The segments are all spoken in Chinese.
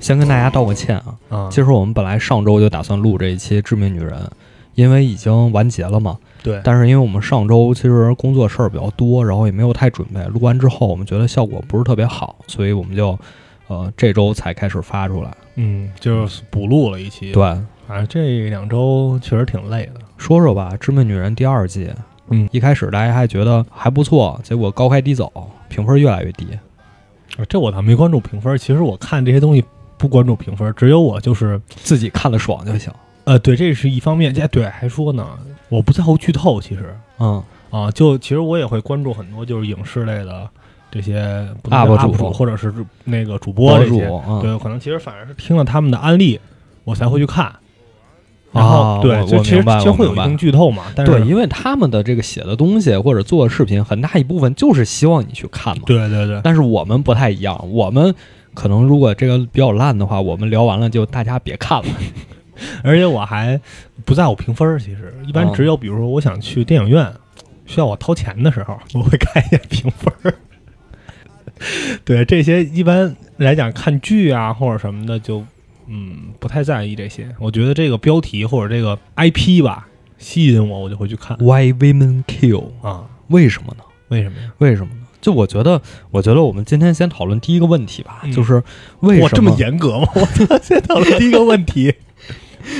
先跟大家道个歉啊。啊，其实我们本来上周就打算录这一期《致命女人》，因为已经完结了嘛。对，但是因为我们上周其实工作事儿比较多，然后也没有太准备，录完之后我们觉得效果不是特别好，所以我们就呃这周才开始发出来。嗯，就是补录了一期。，对，反正这两周确实挺累的。说说吧，《致命女人》第二季，嗯，一开始大家还觉得还不错，结果高开低走，评分越来越低。啊这我倒没关注评分，其实我看这些东西不关注评分，只有我就是自己看的爽就行。呃，对，这是一方面。哎，对，还说呢，我不在乎剧透，其实嗯，啊，就其实我也会关注很多就是影视类的这些不 UP 能叫主 UP 主或者是那个主播博这主，些。嗯，对，可能其实反而是听了他们的案例，我才会去看。然啊后，对，我就我其实明白就我会有明一白定剧透嘛。但是对，因为他们的这个写的东西或者做的视频，很大一部分就是希望你去看嘛。对对对，但是我们不太一样，我们可能如果这个比较烂的话，我们聊完了就大家别看了。而且我还不在乎评分儿，其实一般嗯只有比如说我想去电影院，需要我掏钱的时候，我会看一下评分儿。 对这些一般来讲，看剧啊或者什么的就嗯不太在意这些。我觉得这个标题或者这个 IP 吧吸引我，我就会去看 Why women kill？啊。为什么呢？为什么呀？为什么呢？就我觉得，我觉得我们今天先讨论第一个问题吧，嗯就是为我什这么么严格吗？我 操！先讨论第一个问题，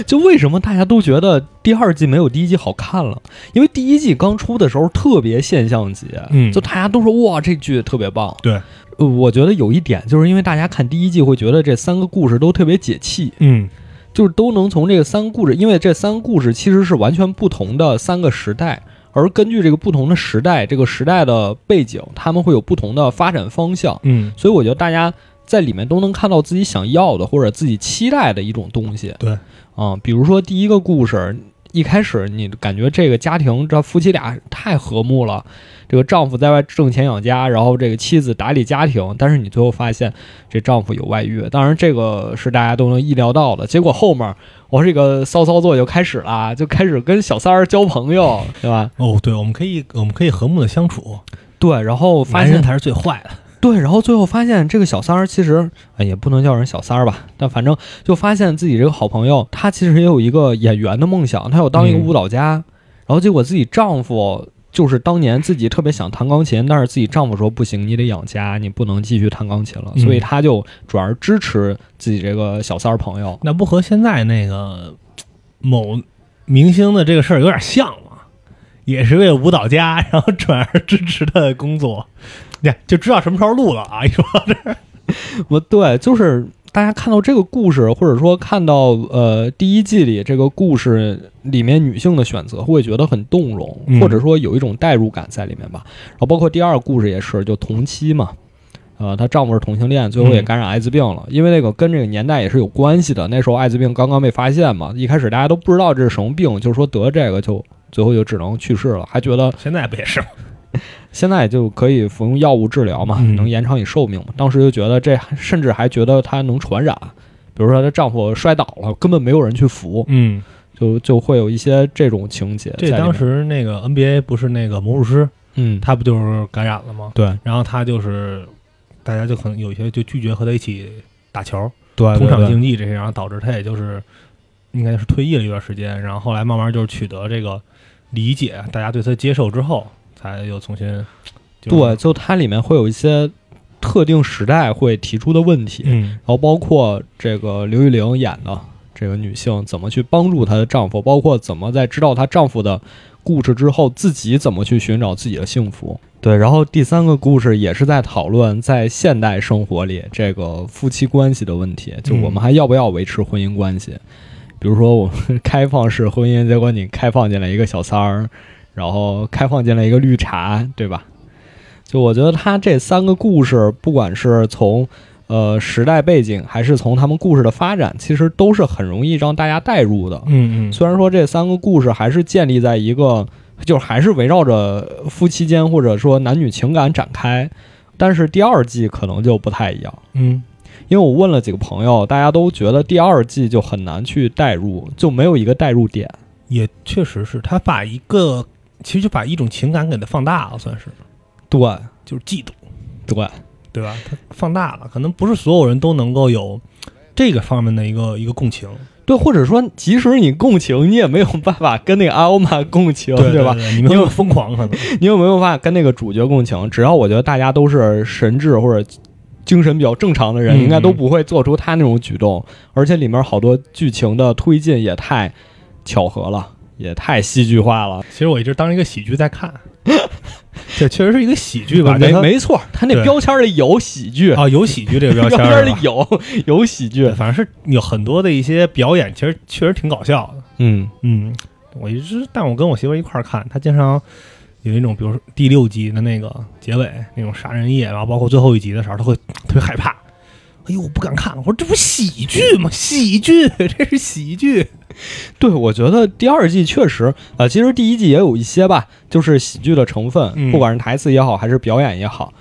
就为什么大家都觉得第二季没有第一季好看了？因为第一季刚出的时候特别现象级，嗯就大家都说哇这剧特别棒。对呃，我觉得有一点就是因为大家看第一季会觉得这三个故事都特别解气，嗯就是都能从这个三个故事，因为这三个故事其实是完全不同的三个时代，而根据这个不同的时代，这个时代的背景，他们会有不同的发展方向。嗯，所以我觉得大家在里面都能看到自己想要的或者自己期待的一种东西。对，啊、比如说第一个故事，一开始你感觉这个家庭这夫妻俩太和睦了，这个丈夫在外挣钱养家，然后这个妻子打理家庭，但是你最后发现这丈夫有外遇，当然这个是大家都能意料到的。结果后面我这个骚操作就开始了，就开始跟小三儿交朋友，对吧？哦，对，我们可以我们可以和睦的相处，对，然后发男现人才是最坏的。对，然后最后发现这个小三儿其实、哎、也不能叫人小三儿吧，但反正就发现自己这个好朋友，他其实也有一个演员的梦想，他有当一个嗯舞蹈家，然后结果自己丈夫就是当年自己特别想弹钢琴，但是自己丈夫说不行，你得养家，你不能继续弹钢琴了，所以嗯他就转而支持自己这个小三儿朋友。那不和现在那个某明星的这个事儿有点像吗？也是位舞蹈家，然后转而支持他的工作，呀，就知道什么时候录了啊！一说这， 我对，就是大家看到这个故事，或者说看到呃第一季里这个故事里面女性的选择，会觉得很动容，嗯或者说有一种代入感在里面吧。然后包括第二个故事也是，就同期嘛。呃，她丈夫是同性恋，最后也嗯感染艾滋病了。因为那个跟这个年代也是有关系的，那时候艾滋病刚刚被发现嘛，一开始大家都不知道这是什么病，就是说得这个就最后就只能去世了，还觉得现在不也是吗？现在就可以服用药物治疗嘛，嗯能延长你寿命嘛。当时就觉得这，甚至还觉得它能传染，比如说她丈夫摔倒了，根本没有人去扶，嗯，就就会有一些这种情节在里这面。当时那个 NBA 不是那个魔术师，嗯，他不就是感染了吗？对然后他就是大家就可能有些就拒绝和他一起打球，啊对同场竞技这些，然后导致他也就是应该是退役了一段时间，然后后来慢慢就是取得这个理解，大家对他接受之后，才又重新就对，就它里面会有一些特定时代会提出的问题，嗯然后包括这个刘玉玲演的这个女性怎么去帮助她的丈夫，包括怎么在知道她丈夫的故事之后，自己怎么去寻找自己的幸福。对，然后第三个故事也是在讨论在现代生活里这个夫妻关系的问题，就我们还要不要维持婚姻关系？比如说我们 开放式婚姻，结果你开放进来一个小三儿，然后开放进来一个绿茶，对吧？就我觉得他这三个故事，不管是从呃时代背景，还是从他们故事的发展，其实都是很容易让大家带入的。嗯嗯，虽然说这三个故事还是建立在一个，就是还是围绕着夫妻间或者说男女情感展开，但是第二季可能就不太一样。嗯因为我问了几个朋友，大家都觉得第二季就很难去代入，就没有一个代入点。也确实是他把一个其实就把一种情感给它放大了，算是对就是嫉妒，对，对吧？它放大了，可能不是所有人都能够有这个方面的一个一个共情，对，或者说即使你共情，你也没有办法跟那个阿欧玛共情，对吧？？你们很疯狂可能，你有没有办法跟那个主角共情？只要我觉得大家都是神智或者精神比较正常的人，嗯应该都不会做出他那种举动。而且里面好多剧情的推进也太巧合了，也太戏剧化了。其实我一直当一个喜剧在 看，这确实是一个喜剧吧？没但它没错，他那对标签里有喜剧，啊，有喜剧这个标签 标签儿里是吧有有喜剧对，。反正是有很多的一些表演，其实确实挺搞笑的。嗯嗯，我一直，但我跟我媳妇儿一块儿看，她经常有一种，比如说第六集的那个结尾那种杀人夜，然后包括最后一集的时候，她会特别害怕。哎呦，我不敢看！我说这不喜剧吗？喜剧，这是喜剧。对，我觉得第二季确实，呃，其实第一季也有一些吧，就是喜剧的成分，嗯不管是台词也好，还是表演也好，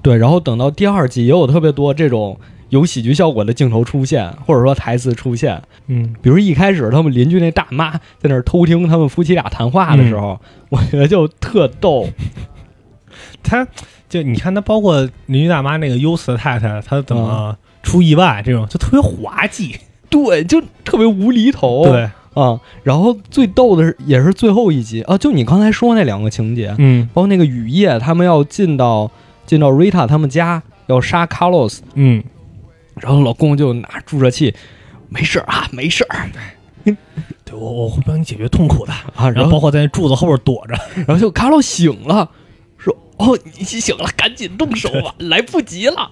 对。然后等到第二季，也有特别多这种有喜剧效果的镜头出现，或者说台词出现。嗯，比如一开始他们邻居那大妈在那儿偷听他们夫妻俩谈话的时嗯候，我觉得就特逗。他就你看他，包括邻居大妈那个优死的太太，她怎么出意外这种，就特别滑稽。对，就特别无厘头，对，啊、然后最逗的是，也是最后一集啊，就你刚才说那两个情节，嗯包括那个雨夜，他们要进到进到 Rita 他们家，要杀 Carlos，嗯，然后老公就拿注射器，没事儿啊，没事儿对我我会帮你解决痛苦的。啊，然然后后包括在那柱子后边躲着，然后就 Carlos 醒了，说哦，你醒了，赶紧动手 吧，来不及了，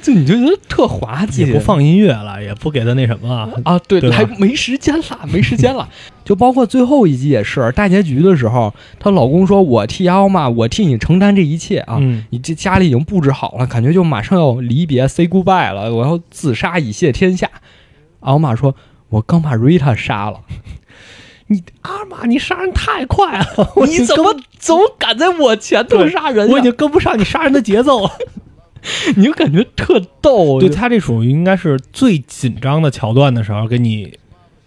就你就觉得特滑稽，也不放音乐了，也不给他那什么。啊，对，对吧来没时间 了，没时间了。就包括最后一集也是大结局的时候，她老公说：“我替阿欧玛，我替你承担这一切啊。嗯，你这家里已经布置好了，感觉就马上要离别，say goodbye 了，我要自杀以谢天下。阿欧玛说：“我刚把瑞塔杀了， 你阿玛，你杀人太快了，我已你经怎跟么总敢在我前头对杀人、啊？我已经跟不上你杀人的节奏了。你就感觉特逗，对他这属于应该是最紧张的桥段的时候，给你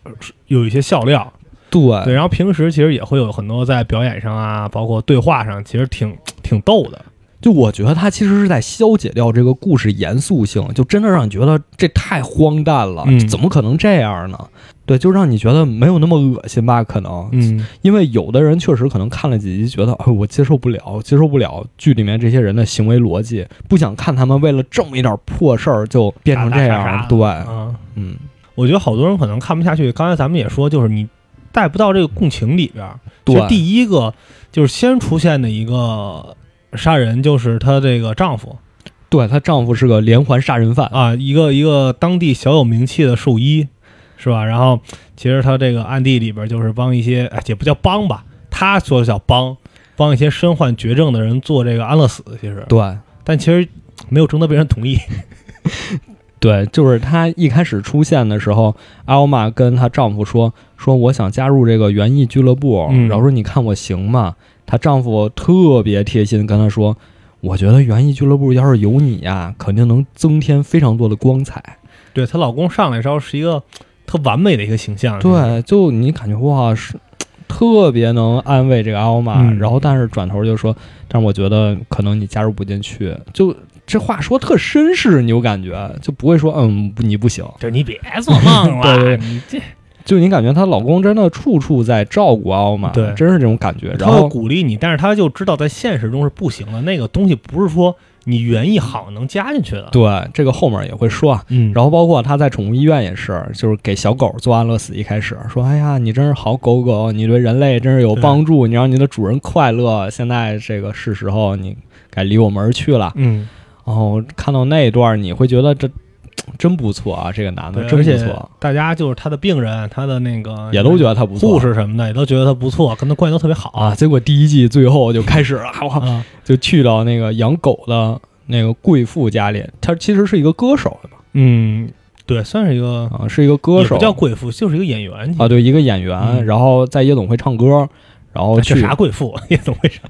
呃有一些笑料。对对，然后平时其实也会有很多在表演上啊，包括对话上，其实挺挺逗的。就我觉得他其实是在消解掉这个故事严肃性，就真的让你觉得这太荒诞了，嗯怎么可能这样呢？对，就让你觉得没有那么恶心吧？可能，嗯，因为有的人确实可能看了几集，觉得哎，我接受不了，接受不了剧里面这些人的行为逻辑，不想看他们为了这么一点破事儿就变成这样。打打杀杀对，啊，嗯，我觉得好多人可能看不下去。刚才咱们也说，就是你带不到这个共情里边儿。其实对，第一个就是先出现的一个杀人，就是她这个丈夫对，她丈夫是个连环杀人犯，啊，一个一个当地小有名气的兽医，是吧？然后其实他这个暗地里边就是帮一些，哎，也不叫帮吧，他说的叫帮，帮一些身患绝症的人做这个安乐死，其实，对。但其实没有征得别人同意。对，就是她一开始出现的时候，阿欧玛跟她丈夫说：“说我想加入这个园艺俱乐部。嗯然后说：“你看我行吗？”她丈夫特别贴心跟她说：“我觉得园艺俱乐部要是有你呀、肯定能增添非常多的光彩。对她老公上来的时候是一个特完美的一个形象，对，就你感觉哇是。特别能安慰这个阿欧玛，嗯然后但是转头就说，但是我觉得可能你加入不进去，就这话说特绅士，你有感觉就不会说嗯不你不行，就是你别做梦了， 对对你这就你感觉她老公真的处处在照顾奥玛，对真是这种感觉。然他会后鼓励你，但是他就知道在现实中是不行的，那个东西不是说你园艺好能加进去的。对这个后面也会说啊，嗯，然后包括她在宠物医院也是，就是给小狗做安乐死，一开始说：“哎呀，你真是好狗狗，你对人类真是有帮助，你让你的主人快乐。现在这个是时候，你该离我们而去了。嗯，”然后看到那一段，你会觉得这嘖真不错啊，这个男的嗯对，真不而且哎错，大家就是他的病人，他的那个也都觉得他不错。护士什么的，也都觉得他不错，跟他关系都特别好啊，结果第一季最后就开始了，哇，啊。就去到那个养狗的那个贵妇家里，她其实是一个歌手的吧？嗯，对，算是一个啊，是一个歌也手不叫贵妇，就是一个演员。啊，对，一个演员，嗯然后在夜总会唱歌，然后那叫去啥贵妇夜总会上，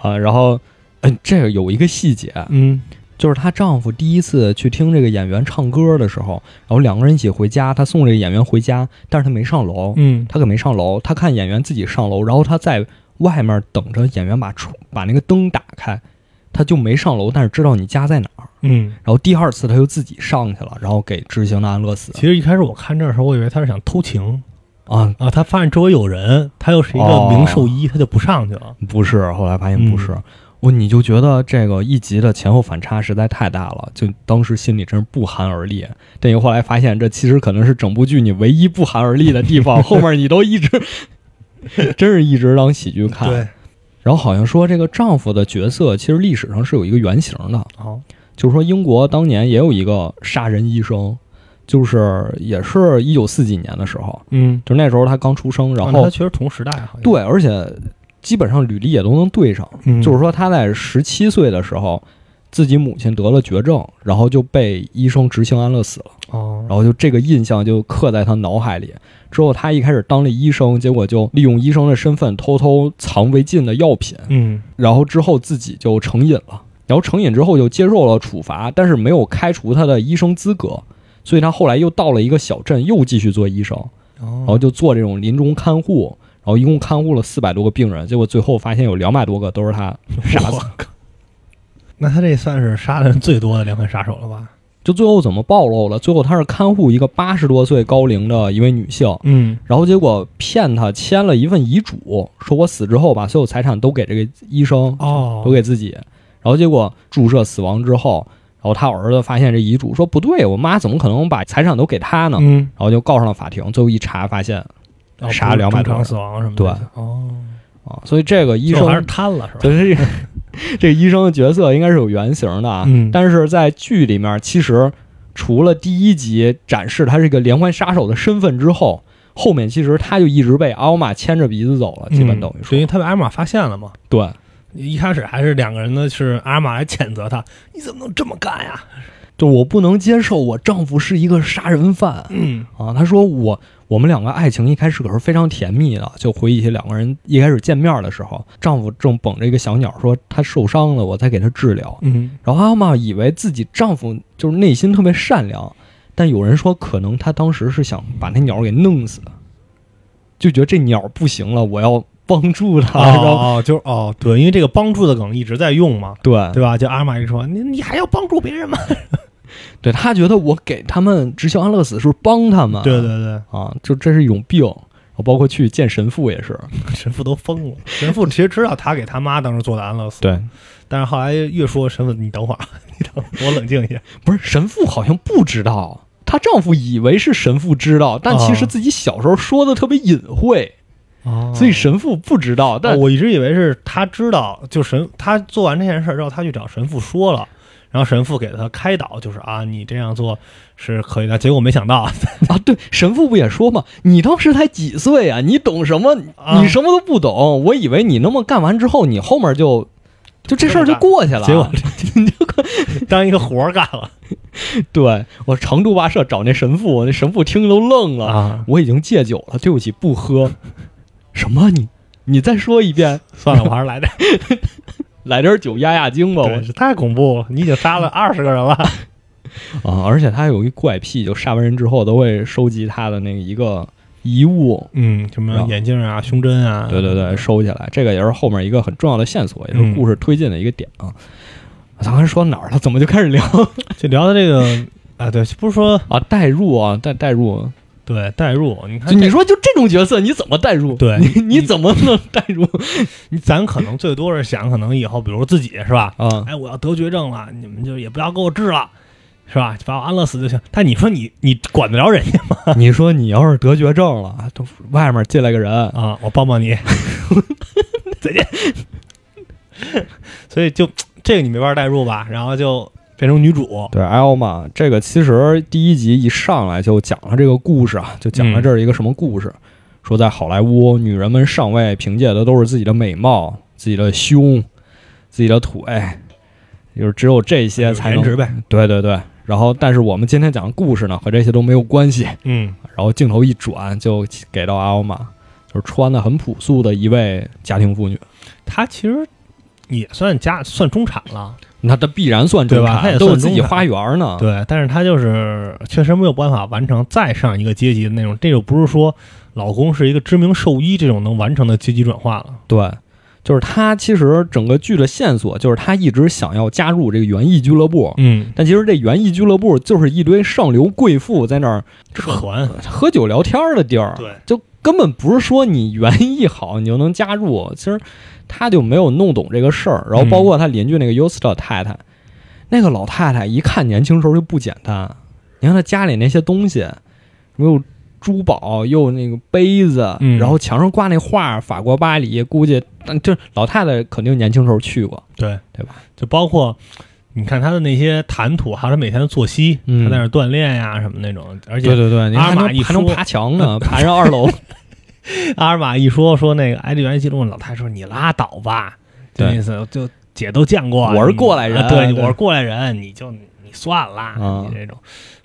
啊，然后嗯、这个有一个细节，嗯就是她丈夫第一次去听这个演员唱歌的时候，然后两个人一起回家，她送这个演员回家，但是她没上楼，嗯，她可没上楼，她看演员自己上楼，然后她在外面等着演员把窗把那个灯打开，他就没上楼，但是知道你家在哪儿。嗯，然后第二次他就自己上去了，然后给执行的安乐死其实一开始我看这儿的时候，我以为他是想偷情啊，啊，他发现周围有人，他又是一个哦名兽医，他就不上去了。不是，后来发嗯现不是。我你就觉得这个一集的前后反差实在太大了，就当时心里真是不寒而栗。但又后来发现，这其实可能是整部剧你唯一不寒而栗的地 方，后面你都一直真是一直当喜剧看。对，然后好像说这个丈夫的角色其实历史上是有一个原型的，哦，就是说英国当年也有一个杀人医生，就是也是一九四几年的时候，嗯，就那时候他刚出生，然啊那后他确实同时代好像，对，而且基本上履历也都能对上。嗯，就是说他在十七岁的时候，自己母亲得了绝症，然后就被医生执行安乐死了，哦，然后就这个印象就刻在他脑海里。之后他一开始当了医生，结果就利用医生的身份偷偷藏违禁的药品，嗯，然后之后自己就成瘾了，然后成瘾之后就接受了处罚，但是没有开除他的医生资格。所以他后来又到了一个小镇，又继续做医生，然然后就做这种临终看护，然后一共看护了四百多个病人，结果最后发现有两百多个都是他杀死的。那他这算是杀的人最多的连环杀手了吧？就最后怎么暴露了？最后他是看护一个八十多岁高龄的一位女性，嗯，然后结果骗她签了一份遗嘱，说我死之后把所有财产都给这个医生，哦都给自己。然后结果注射死亡之后，然后他儿子发现这遗嘱说不对，我妈怎么可能把财产都给他呢？嗯，然后就告上了法庭。最后一查发现哦杀不是200多中人场死亡什么的，对，哦，啊，所以这个医最后还是生，贪了是吧？对这个 这个医生的角色应该是有原型的啊。嗯但是在剧里面，其实除了第一集展示他是一个连环杀手的身份之后，后面其实他就一直被奥玛牵着鼻子走了，基本等于对，说、因为嗯他被阿玛发现了嘛。对。一开始还是两个人呢，是阿玛来谴责他，你怎么能这么干呀？就我不能接受我丈夫是一个杀人犯嗯，啊！他说我我们两个爱情一开始可是非常甜蜜的，就回忆起两个人一开始见面的时候，丈夫正捧着一个小鸟说他受伤了，我在给他治疗。嗯，然后阿玛以为自己丈夫就是内心特别善良，但有人说可能他当时是想把那鸟给弄死，就觉得这鸟不行了，我要帮助它。然后哦哦，就是哦，对，因为这个帮助的梗一直在用嘛，对对吧？就阿玛一说，你你还要帮助别人吗？对，他觉得我给他们执行安乐死是不是帮他们，对对对，啊，就这是一种病。然后包括去见神父也是，神父都疯了。神父其实知道他给他妈当时做的安乐死，对，但是后来越说神父，你等会儿，啊你等会儿，我冷静一下。不是神父好像不知道，她丈夫以为是神父知道，但其实哦自己小时候说的特别隐晦，哦所以神父不知道，但哦我一直以为是他知道，就神他做完这件事儿之后，他去找神父说了，然后神父给他开导，就是啊，你这样做是可以的。结果没想到， 啊，对，神父不也说嘛，你当时才几岁啊？你懂什么？啊你什么都不懂。我以为你那么干完之后，你后面就就这事儿就过去了。啊结 果当一个活儿干了对我长途跋涉找那神父，那神父听都愣了。啊！我已经戒酒了，对不起，不喝。什么你？你再说一遍， 算了，我还是来点儿，来点酒压压惊吧。对我是太恐怖了！你已经杀了二十个 人了，啊，而且他有一怪癖，就杀完人之后都会收集他的那个一个遗物，嗯，什么眼镜啊、胸针啊，对对对，收起来，这个也是后面一个很重要的线索，也是故事推进的一个点啊。咱们说哪儿了？怎么就开始聊就聊到这个 啊，对，不是说 啊？代入啊，代代入。哎对代入，你就看你这说就这种角色，你怎么代入？对你你怎么能代入咱可能最多是想，可能以后比如自己是吧，啊？哎，我要得绝症了，你们就也不要给我治了，是吧？把我安乐死就行。但你说你你管得了人家吗？你说你要是得绝症了，都外面进来个人，啊，我帮帮你， 再见。所以就这个你没法代入吧，然后就变成女主，对，艾奥玛这个其实第一集一上来就讲了这个故事啊，就嗯讲了这是一个什么故事，说在好莱坞，女人们上位凭借的都是自己的美貌、自己的胸、自己的腿，就是只有这些才颜能值呗。对对对。然后，但是我们今天讲的故事呢，和这些都没有关系。嗯，然后镜头一转，就给到艾奥玛，就是穿的很朴素的一位家庭妇女。她其实也算家算中产了，那她必然算中对吧她产，也都有算自己中产花园呢。对，但是她就是确实没有办法完成再上一个阶级的那种，这就不是说老公是一个知名兽医这种能完成的阶级转化了。对，就是他其实整个剧的线索就是他一直想要加入这个园艺俱乐部，嗯，但其实这园艺俱乐部就是一堆上流贵妇在那儿团，喝酒聊天儿的地儿，对，就根本不是说你园艺好你就能加入。其实他就没有弄懂这个事儿，然后包括他邻居那个尤斯特太太，那个老太太一看年轻时候就不简单。你看她家里那些东西，没有珠宝，又那个杯子，嗯然后墙上挂那画，法国巴黎，估计但这老太太肯定年轻时候去过。对对吧？就包括你看他的那些谈吐，还有他每天的作息，嗯他在那儿锻炼呀、什么那种，而对且对对，你还阿玛能一还能说爬墙呢， 爬上二楼。阿尔玛一说说那个埃利园记录，老太说你拉倒吧，就对那意思就姐都见过，我是过来人啊对，对我是过来人，你就你算啦，啊你这种，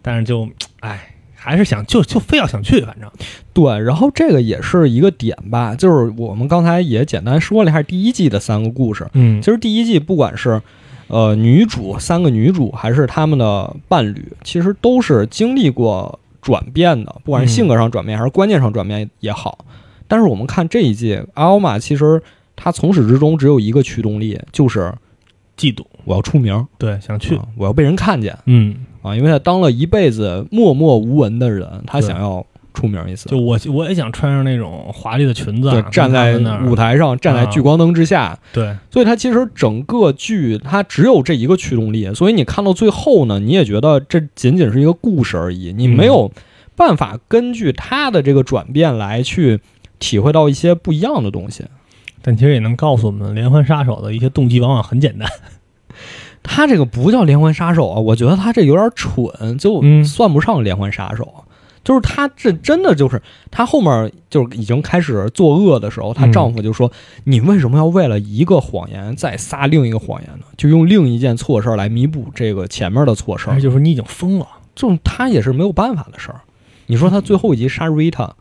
但是就哎，还是想就就非要想去，反正对，然后这个也是一个点吧，就是我们刚才也简单说了一下第一季的三个故事。嗯其实第一季不管是呃女主三个女主，还是她们的伴侣，其实都是经历过转变的，不管嗯是性格上转变还是观念上转变也好。但是我们看这一季，阿奥玛其实她从始至终只有一个驱动力，就是嫉妒，我要出名，对，想去，啊我要被人看见嗯，啊！因为她当了一辈子默默无闻的人，她对想要出名一次。就我我也想穿上那种华丽的裙子啊，对，跟站他在们那儿啊舞台上，站在聚光灯之下，对，所以它其实整个剧它只有这一个驱动力，所以你看到最后呢，你也觉得这仅仅是一个故事而已，你没有办法根据它的这个转变来去体会到一些不一样的东西。但其实也能告诉我们，连环杀手的一些动机往往很简单，它这个不叫连环杀手啊，我觉得它这有点蠢，就嗯算不上连环杀手。就是她这真的就是她后面就是已经开始作恶的时候，她嗯丈夫就说：“你为什么要为了一个谎言再撒另一个谎言呢？就用另一件错事儿来弥补这个前面的错事而儿且，就是你已经疯了，这种她也是没有办法的事儿。”你说她最后一集杀 Rita，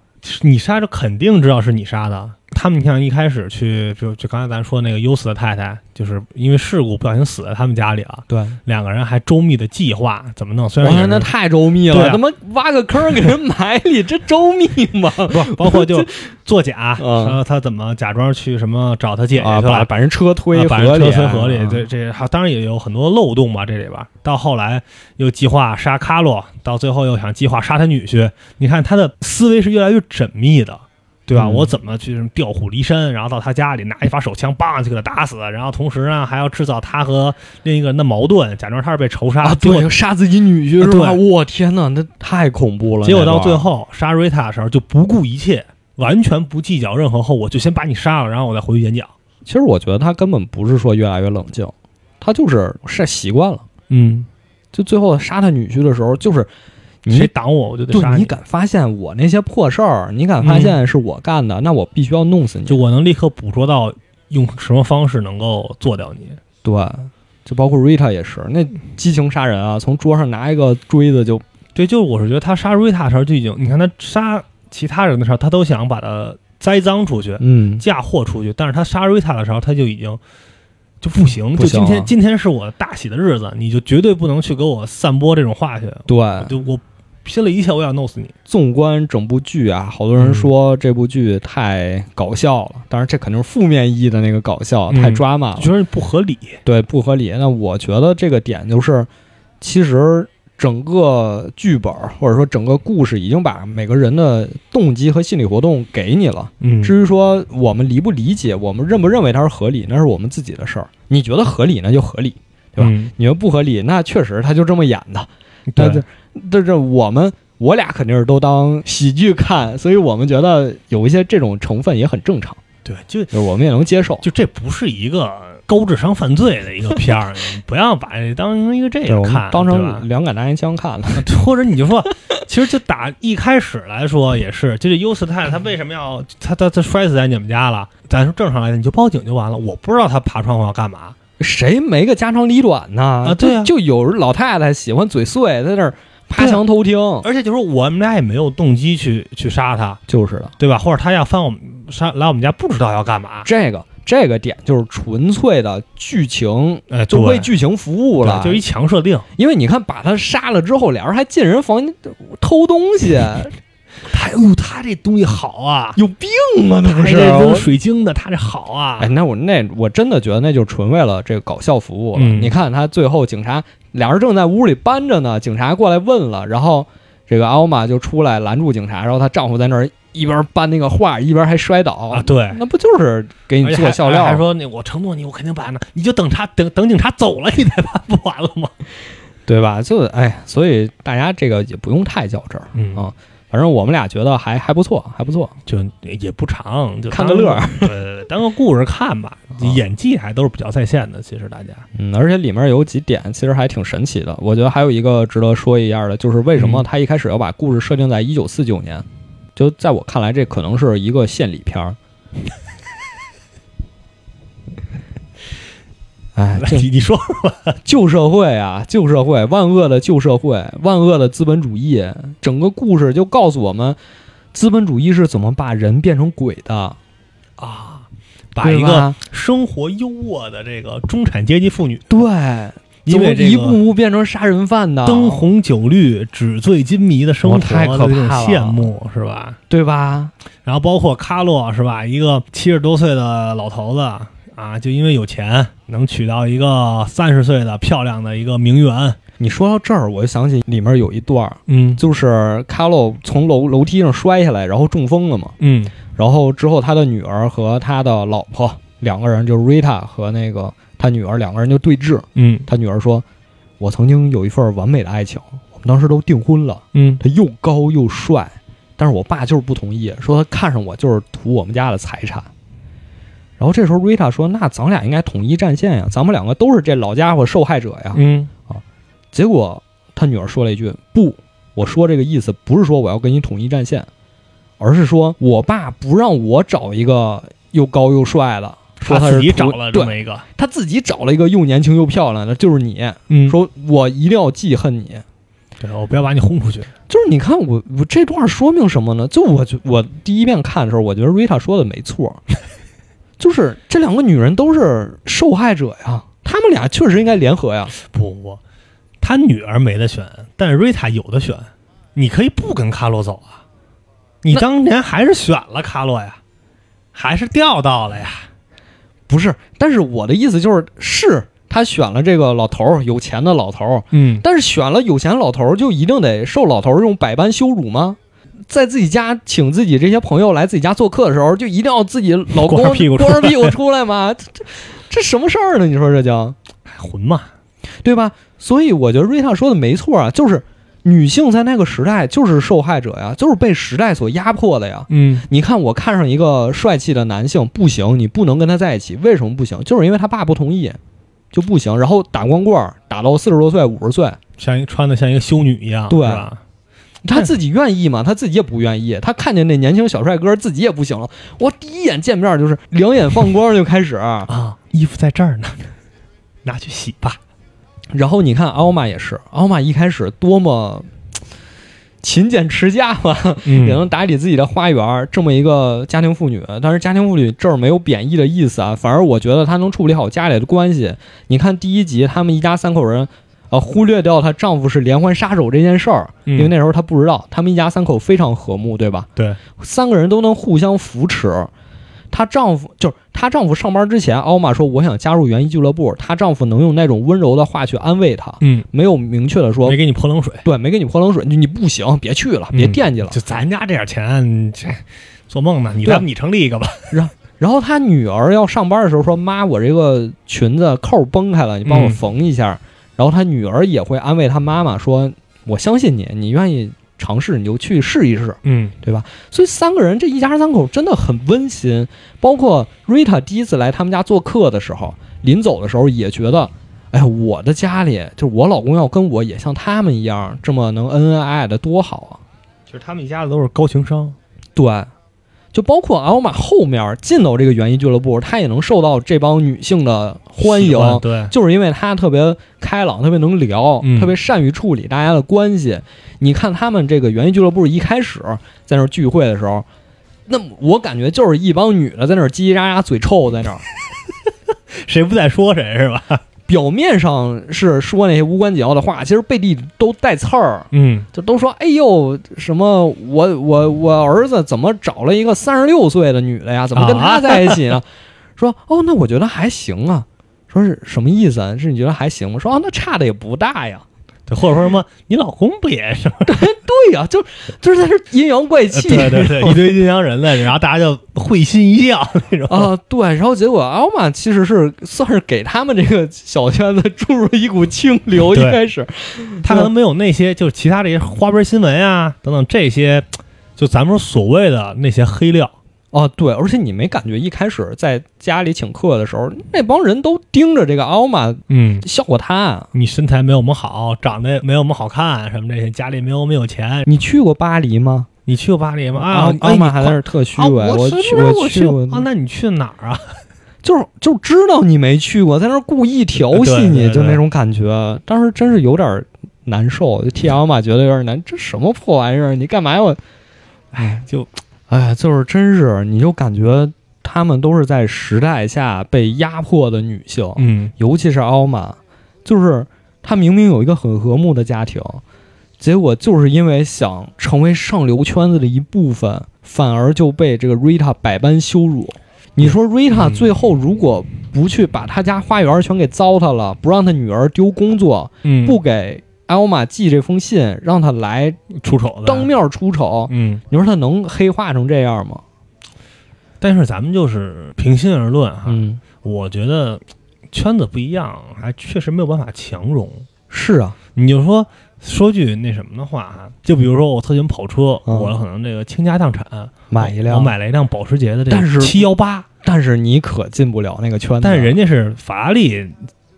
你杀就肯定知道是你杀的。他们你像一开始去，就就刚才咱说那个优死的太太，就是因为事故不小心死在他们家里了。对，两个人还周密的计划怎么弄，虽我然也看是那太周密对了，啊他妈挖个坑给人埋里，这周密吗？不包 括就作假，嗯然后他怎么假装去什么找他姐姐啊，去把了，把人车推啊把河人里，车推河里啊，对这还当然也有很多漏洞吧，这里边儿到后来又计划杀卡洛，到最后又想计划杀他女婿。你看他的思维是越来越缜密的，对吧？嗯我怎么去什么调虎离山，然后到他家里拿一把手枪，梆就给他打死，然后同时呢还要制造他和另一个人的矛盾，假装他是被仇杀，啊，结果对，啊杀自己女婿是吧？对我天哪，那太恐怖了！结果到那段最，后杀瑞塔的时候就不顾一切，完全不计较任何后果，就先把你杀了，然后我再回去演讲。其实我觉得他根本不是说越来越冷静，他就是是习惯了。嗯，就最后杀他女婿的时候，就是谁你挡我我就得杀对你敢发现我那些破事儿，你敢嗯发现是我干的，那我必须要弄死你。就我能立刻捕捉到用什么方式能够做掉你。对，就包括 Rita 也是，那激情杀人啊，从桌上拿一个锥子就对，就是我是觉得他杀瑞塔的时候就已经，你看他杀其他人的时候，他都想把他栽赃出去、嗯，嫁祸出去，但是他杀瑞塔的时候，他就已经就不行，不就今行天、了今天是我大喜的日子，你就绝对不能去给我散播这种话去，对。就我拼了一切我想弄死你。纵观整部剧啊，好多人嗯说这部剧太搞笑了，当然这肯定是负面意义的那个搞笑，嗯太抓马了。觉得不合理。对，不合理。那我觉得这个点就是，其实整个剧本儿或者说整个故事已经把每个人的动机和心理活动给你了。嗯至于说我们理不理解，我们认不认为它是合理，那是我们自己的事儿。你觉得合理，那就合理；对吧嗯你觉得不合理，那确实他就这么演的。那这对，这这我们。我俩肯定是都当喜剧看，所以我们觉得有一些这种成分也很正常，对，就就是我们也能接受。就这不是一个高智商犯罪的一个 片儿，你不要把这当成一个这对，个我们看，当对吧成两杆大烟枪看了。 或者你就说，其实就打一开始来说也是，就是优斯泰他为什么要他他他摔死在你们家了？咱说正常来讲，你就报警就完了。我不知道他爬窗户要干嘛，谁没个家长里短呢？啊对啊就就有老太太喜欢嘴碎，在那儿对趴啊墙偷听，而且就是我们俩也没有动机去去杀他，就是的。对吧？或者他要翻我们杀来我们家，不知道要干嘛。这个这个点就是纯粹的剧情，哎，就对为剧情服务了。对就是一强设定， 因为你看，把他杀了之后，俩人还进人房间偷东西，太哎呦，他这东西好啊，有病啊，那他不是这我扔水晶的，他这好啊，哎，那我那我真的觉得那就纯为了这个搞笑服务了。嗯你看他最后警察俩人正在屋里搬着呢，警察过来问了，然后这个奥玛就出来拦住警察，然后她丈夫在那儿一边搬那个画一边还摔倒，啊，对，那不就是给你而且做还笑还还料？说那我承诺你，我肯定把呢，你就等他等等警察走了，你再办不完了吗？对吧？就哎，所以大家这个也不用太较真儿。嗯啊反正我们俩觉得还还不错，还不错。就也不长，就看当个乐儿，啊对对，对当个故事 看吧。演技还都是比较在线的，其实大家嗯，而且里面有几点其实还挺神奇的。我觉得还有一个值得说一下的，就是为什么嗯他一开始要把故事设定在一九四九年？就在我看来，这可能是一个献礼片儿。哎，这 你 你说旧社会啊，旧社会，万恶的旧社会，万恶的资本主义，整个故事就告诉我们，资本主义是怎么把人变成鬼的，啊，把一对个吧生活优渥的这个中产阶级妇女，对，怎因为么这一步个步变成杀人犯的灯红酒绿、纸醉金迷的生活我太可怕了的这种羡慕是吧？对吧？然后包括卡洛是吧，一个七十多岁的老头子啊，就因为有钱能娶到一个三十岁的漂亮的一个名媛，你说到这儿，我就想起里面有一段儿，嗯就是卡洛从楼楼梯上摔下来，然后中风了嘛。嗯然后之后，他的女儿和他的老婆两个人，就是 Rita 和那个他女儿两个人就对峙。嗯他女儿说：“我曾经有一份完美的爱情，我们当时都订婚了。嗯他又高又帅，但是我爸就是不同意，说他看上我就是图我们家的财产。”然后这时候 Rita 说：“那咱俩应该统一战线呀，咱们两个都是这老家伙受害者呀。”嗯结果他女儿说了一句：“不，我说这个意思不是说我要跟你统一战线，而是说我爸不让我找一个又高又帅的，说他是自己图啊找了这对，么一个，他自己找了一个又年轻又漂亮的，就是你。嗯说我一定要记恨你，对我不要把你轰出去，就是你看我我这段说明什么呢？就我觉我第一遍看的时候，我觉得 Rita 说的没错， 就是这两个女人都是受害者呀，她们俩确实应该联合呀。不不不，他女儿没得选，但是瑞塔有的选，你可以不跟卡洛走啊，你那当年还是选了卡洛呀，还是调到了呀，不是，但是我的意思就是，是他选了这个老头儿，有钱的老头儿，嗯，但是选了有钱老头儿，就一定得受老头儿这种百般羞辱吗？在自己家请自己这些朋友来自己家做客的时候，就一定要自己老 公光着屁股出来光着屁股出来吗？这这这什么事儿呢？你说这叫混嘛，对吧？所以我觉得瑞塔说的没错啊，就是女性在那个时代就是受害者呀，就是被时代所压迫的呀。嗯你看，我看上一个帅气的男性不行，你不能跟他在一起。为什么不行？就是因为他爸不同意，就不行。然后打光棍儿，打到四十多岁、五十岁，像一穿的像一个修女一样，对是吧？他自己愿意吗？他自己也不愿意。他看见那年轻小帅哥，自己也不行了。我第一眼见面就是两眼放光就开始。 啊，衣服在这儿呢， 拿去洗吧。然后你看奥玛也是，奥玛一开始多么嘖勤俭持家嘛，嗯也能打理自己的花园儿，这么一个家庭妇女。但是家庭妇女这儿没有贬义的意思啊，反而我觉得她能处理好家里的关系。你看第一集，他们一家三口人，呃，忽略掉她丈夫是连环杀手这件事儿，因为那时候她不知道，他们一家三口非常和睦，对吧？嗯对，三个人都能互相扶持。她丈夫就是她丈夫上班之前，奥玛说我想加入园艺俱乐部，她丈夫能用那种温柔的话去安慰她，嗯，没有明确的说没给你泼冷水，对，没给你泼冷水，你你不行，别去了，别嗯惦记了。就咱家这点钱，这做梦呢。你对啊要不你成立一个吧？然后他女儿要上班的时候说：“妈，我这个裙子扣崩开了，你帮我缝一下。然后他女儿也会安慰他妈妈说：“我相信你，你愿意尝试你就去试一试，嗯对吧？”所以三个人这一家三口真的很温馨。包括 Rita 第一次来他们家做客的时候，临走的时候也觉得。哎，我的家里就是我老公要跟我也像他们一样这么能恩恩爱爱的，多好啊！就是他们一家子都是高情商，对，就包括奥玛后面进到这个园艺俱乐部，他也能受到这帮女性的欢喜迎，欢对，就是因为他特别开朗，特别能聊，嗯特别善于处理大家的关系。你看他们这个园艺俱乐部一开始在那儿聚会的时候，那我感觉就是一帮女的在那儿叽叽喳喳，嘴臭在那儿。谁不在说谁是吧？表面上是说那些无关紧要的话，其实背地里都带刺儿，嗯就都说哎呦什么我我我儿子怎么找了一个三十六岁的女的啊呀？怎么跟她在一起呢？ 说哦，那我觉得还行啊。说是什么意思啊？是你觉得还行吗？说哦，那差的也不大呀。对，或者说什么，你老公不也 是吗？对呀、就就是在这阴阳怪气。呃对对对，一堆阴阳人来着，然后大家就会心一笑那种。啊、对，然后结果奥玛其实是算是给他们这个小圈子注入一股清流，一对开始，他可能没有那些就是其他这些花边新闻啊等等这些，就咱们说所谓的那些黑料。哦，对，而且你没感觉一开始在家里请客的时候，那帮人都盯着这个奥玛嗯，笑话他啊。你身材没有我们好，长得也没有我们好看，什么这些，家里没有我们有钱。你去过巴黎吗？你去过巴黎吗？啊，奥哎奥玛你还在那儿特虚啊，伪，我去什么时候我去过，啊？那你去哪儿啊？就是就知道你没去过，在那儿故意调戏对对你，对就那种感觉，当时真是有点难受，就替奥玛觉得有点难，这什么破玩意儿？你干嘛要？哎，就哎，就是真是，你就感觉她们都是在时代下被压迫的女性，嗯，尤其是奥玛，就是她明明有一个很和睦的家庭，结果就是因为想成为上流圈子的一部分，反而就被这个 Rita 百般羞辱。你说 Rita 嗯最后如果不去把她家花园全给糟蹋了，不让她女儿丢工作，嗯不给奥玛寄这封信，让她来出丑的当。面出丑，嗯，你说她能黑化成这样吗？但是咱们就是平心而论啊哈，嗯，我觉得圈子不一样，还确实没有办法强融。是啊，你就说说句那什么的话哈，就比如说我特喜欢跑车，嗯我可能这个倾家荡产买一我辆，买了一辆保时捷的这但是七幺八，但是你可进不了那个圈子，啊但是人家是法拉利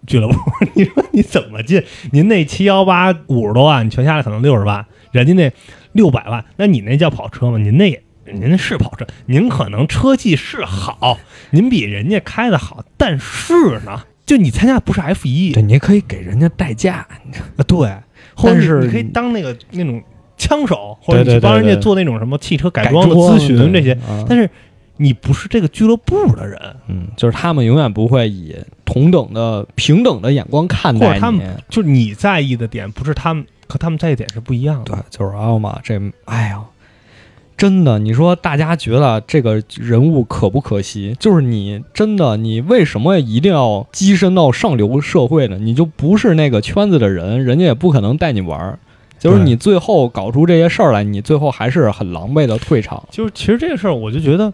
俱乐部， 你说你怎么进？您那七幺八五十多万，你全下来可能六十万，人家那六百万，那你那叫跑车吗？您那也。您那是跑车，您可能车技是好，您比人家开的好，但是呢，就你参加不是 F 一，对，你可以给人家代驾，啊，对，或者但你是你可以当那个那种枪手，或者对你去对帮对人家对做那种什么汽车改 改装的咨询对这些，啊但是你不是这个俱乐部的人，嗯，就是他们永远不会以同等的、平等的眼光看或待者你。他们就是你在意的点不是他们和他们在意点是不一样的。对，就是奥玛这，哎呀，真的，你说大家觉得这个人物可不可惜？就是你真的，你为什么一定要跻身到上流社会呢？你就不是那个圈子的人，人家也不可能带你玩儿。就是对你最后搞出这些事儿来，你最后还是很狼狈的退场。就是其实这个事儿，我就觉得，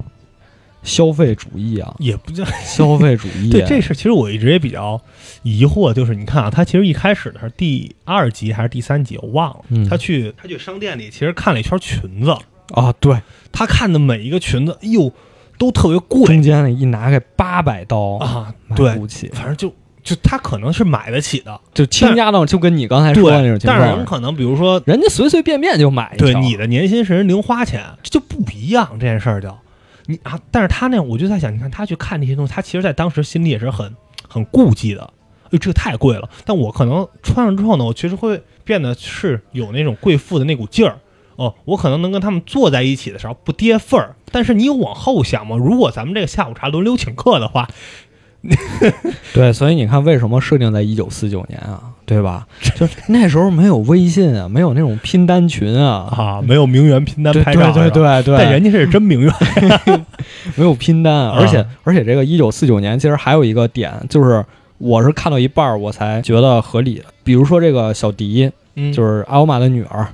消费主义啊也不叫消费主义。对这事儿，其实我一直也比较疑惑，就是你看啊，他其实一开始的时候，第二集还是第三集，我忘了，嗯他去他去商店里，其实看了一圈裙子，啊，对，他看的每一个裙子，哎呦，都特别贵中间一拿个八百刀，啊，买对，不起，反正就就他可能是买得起的，就倾家荡，就跟你刚才说的那种情但是人况，可能比如说，人家随随便便就买一条，对你的年薪是人零花钱，这就不一样这件事儿就，你啊，但是他那样我就在想，你看他去看这些东西，他其实在当时心里也是很很顾忌的。哎，这个太贵了。但我可能穿上之后呢，我其实会变得是有那种贵妇的那股劲儿。哦，我可能能跟他们坐在一起的时候不跌份儿。但是你有往后想吗？如果咱们这个下午茶轮流请客的话，对，所以你看为什么设定在一九四九年啊，对吧？就是那时候没有微信啊，没有那种拼单群啊，啊，没有名媛拼单对拍照，对对是吧，对对，但人家是真名媛。没有拼单，啊而且、而且这个一九四九年其实还有一个点就是。我是看到一半儿我才觉得合理的，比如说这个小迪，嗯就，是奥玛的女儿，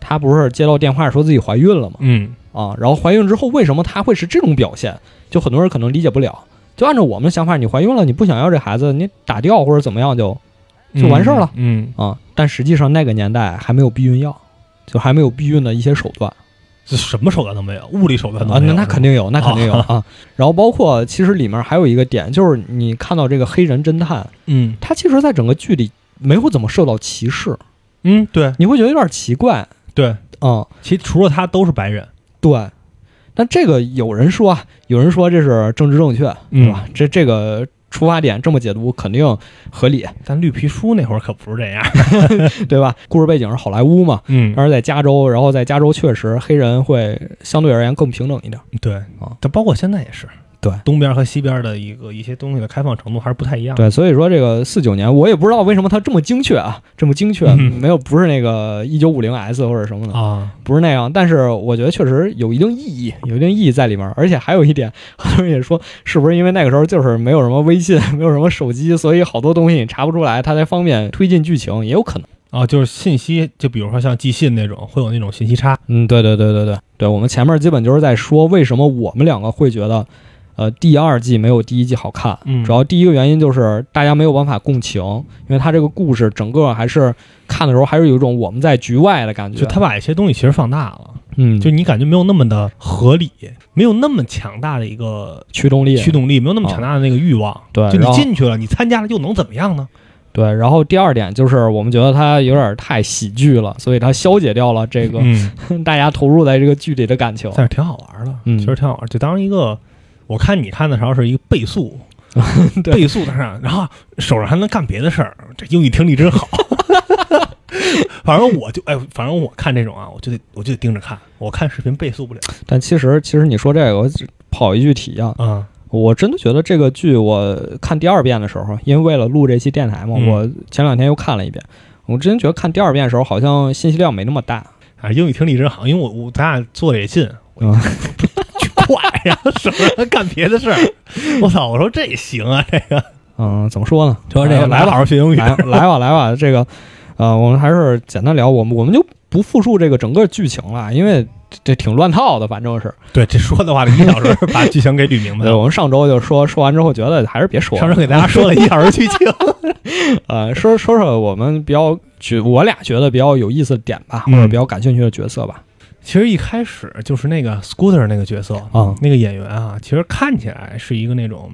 她不是接到电话说自己怀孕了吗？嗯啊，然后怀孕之后为什么她会是这种表现？就很多人可能理解不了。就按照我们的想法，你怀孕了，你不想要这孩子，你打掉或者怎么样就就完事儿了。嗯，啊。但实际上那个年代还没有避孕药，就还没有避孕的一些手段这什么手段都没有，物理手段都啊。没有。那那肯定，定有，那肯定有啊。 然后包括其实里面还有一个点，就是你看到这个黑人侦探，嗯他其实在整个剧里没有怎么受到歧视，嗯，对你会觉得有点奇怪对，啊。其实除了他都是白人，对，但这个有人说啊，有人说这是政治正确，嗯对吧？这这个出发点这么解读肯定合理，但绿皮书那会儿可不是这样。对吧？故事背景是好莱坞嘛，嗯当时在加州，然后在加州确实黑人会相对而言更平等一点。对啊，但包括现在也是，对东边和西边的一个一些东西的开放程度还是不太一样的。对，所以说这个四九年，我也不知道为什么它这么精确啊，这么精确，嗯没有不是那个一九五零 S 或者什么的，啊，不是那样。但是我觉得确实有一定意义，有一定意义在里面。而且还有一点，很多人也说，是不是因为那个时候就是没有什么微信， 没有什么手机，所以好多东西你查不出来，它才方便推进剧情，也有可能。啊，就是信息，就比如说像寄信那种，会有那种信息差。嗯，对对对对对对，我们前面基本就是在说为什么我们两个会觉得，呃，第二季没有第一季好看。嗯主要第一个原因就是大家没有办法共情，因为他这个故事整个还是看的时候还是有一种我们在局外的感觉。就他把一些东西其实放大了，嗯，就你感觉没有那么的合理，没有那么强大的一个驱动力，驱动力，没有那么啊强大的那个欲望。对，就你然后进去了，你参加了又能怎么样呢？对，然后第二点就是我们觉得它有点太喜剧了，所以它消解掉了这个、嗯，大家投入在这个剧里的感情。但是挺好玩的，嗯，其实挺好玩。就当一个，我看你看的时候是一个倍 速倍速的上，然后手上还能干别的事儿，这英语听力真好。 反正我就哎，反正我看这种啊，我就得我就得盯着看，我看视频倍速不了但其实其实你说这个，我只跑一句题啊，啊。我真的觉得这个剧，我看第二遍的时候，因为为了录这期电台嘛，嗯我前两天又看了一遍。我真觉得看第二遍的时候，好像信息量没那么大。啊，英语听力真好，因为我我咱俩坐的也近，我一啊看 巨快，然后手上还干别的事儿。我操！我说这也行啊，这嗯，怎么说呢？主要这个来来吧，好好学英语。来来吧，来吧，这个，呃，我们还是简单聊，我们我们就不复述这个整个剧情了，因为这这挺乱套的，反正是。对，这说的话，这一小 时把剧情给捋明白对，了。我们上周就说说完之后，觉得还是别说上了，周给大家说了一小时剧情，呃，说说说我们比较觉我俩觉得比较有意思的点吧，或者嗯比较感兴趣的角色吧。其实一开始就是那个 Scooter 那个角色嗯那个演员啊，其实看起来是一个那种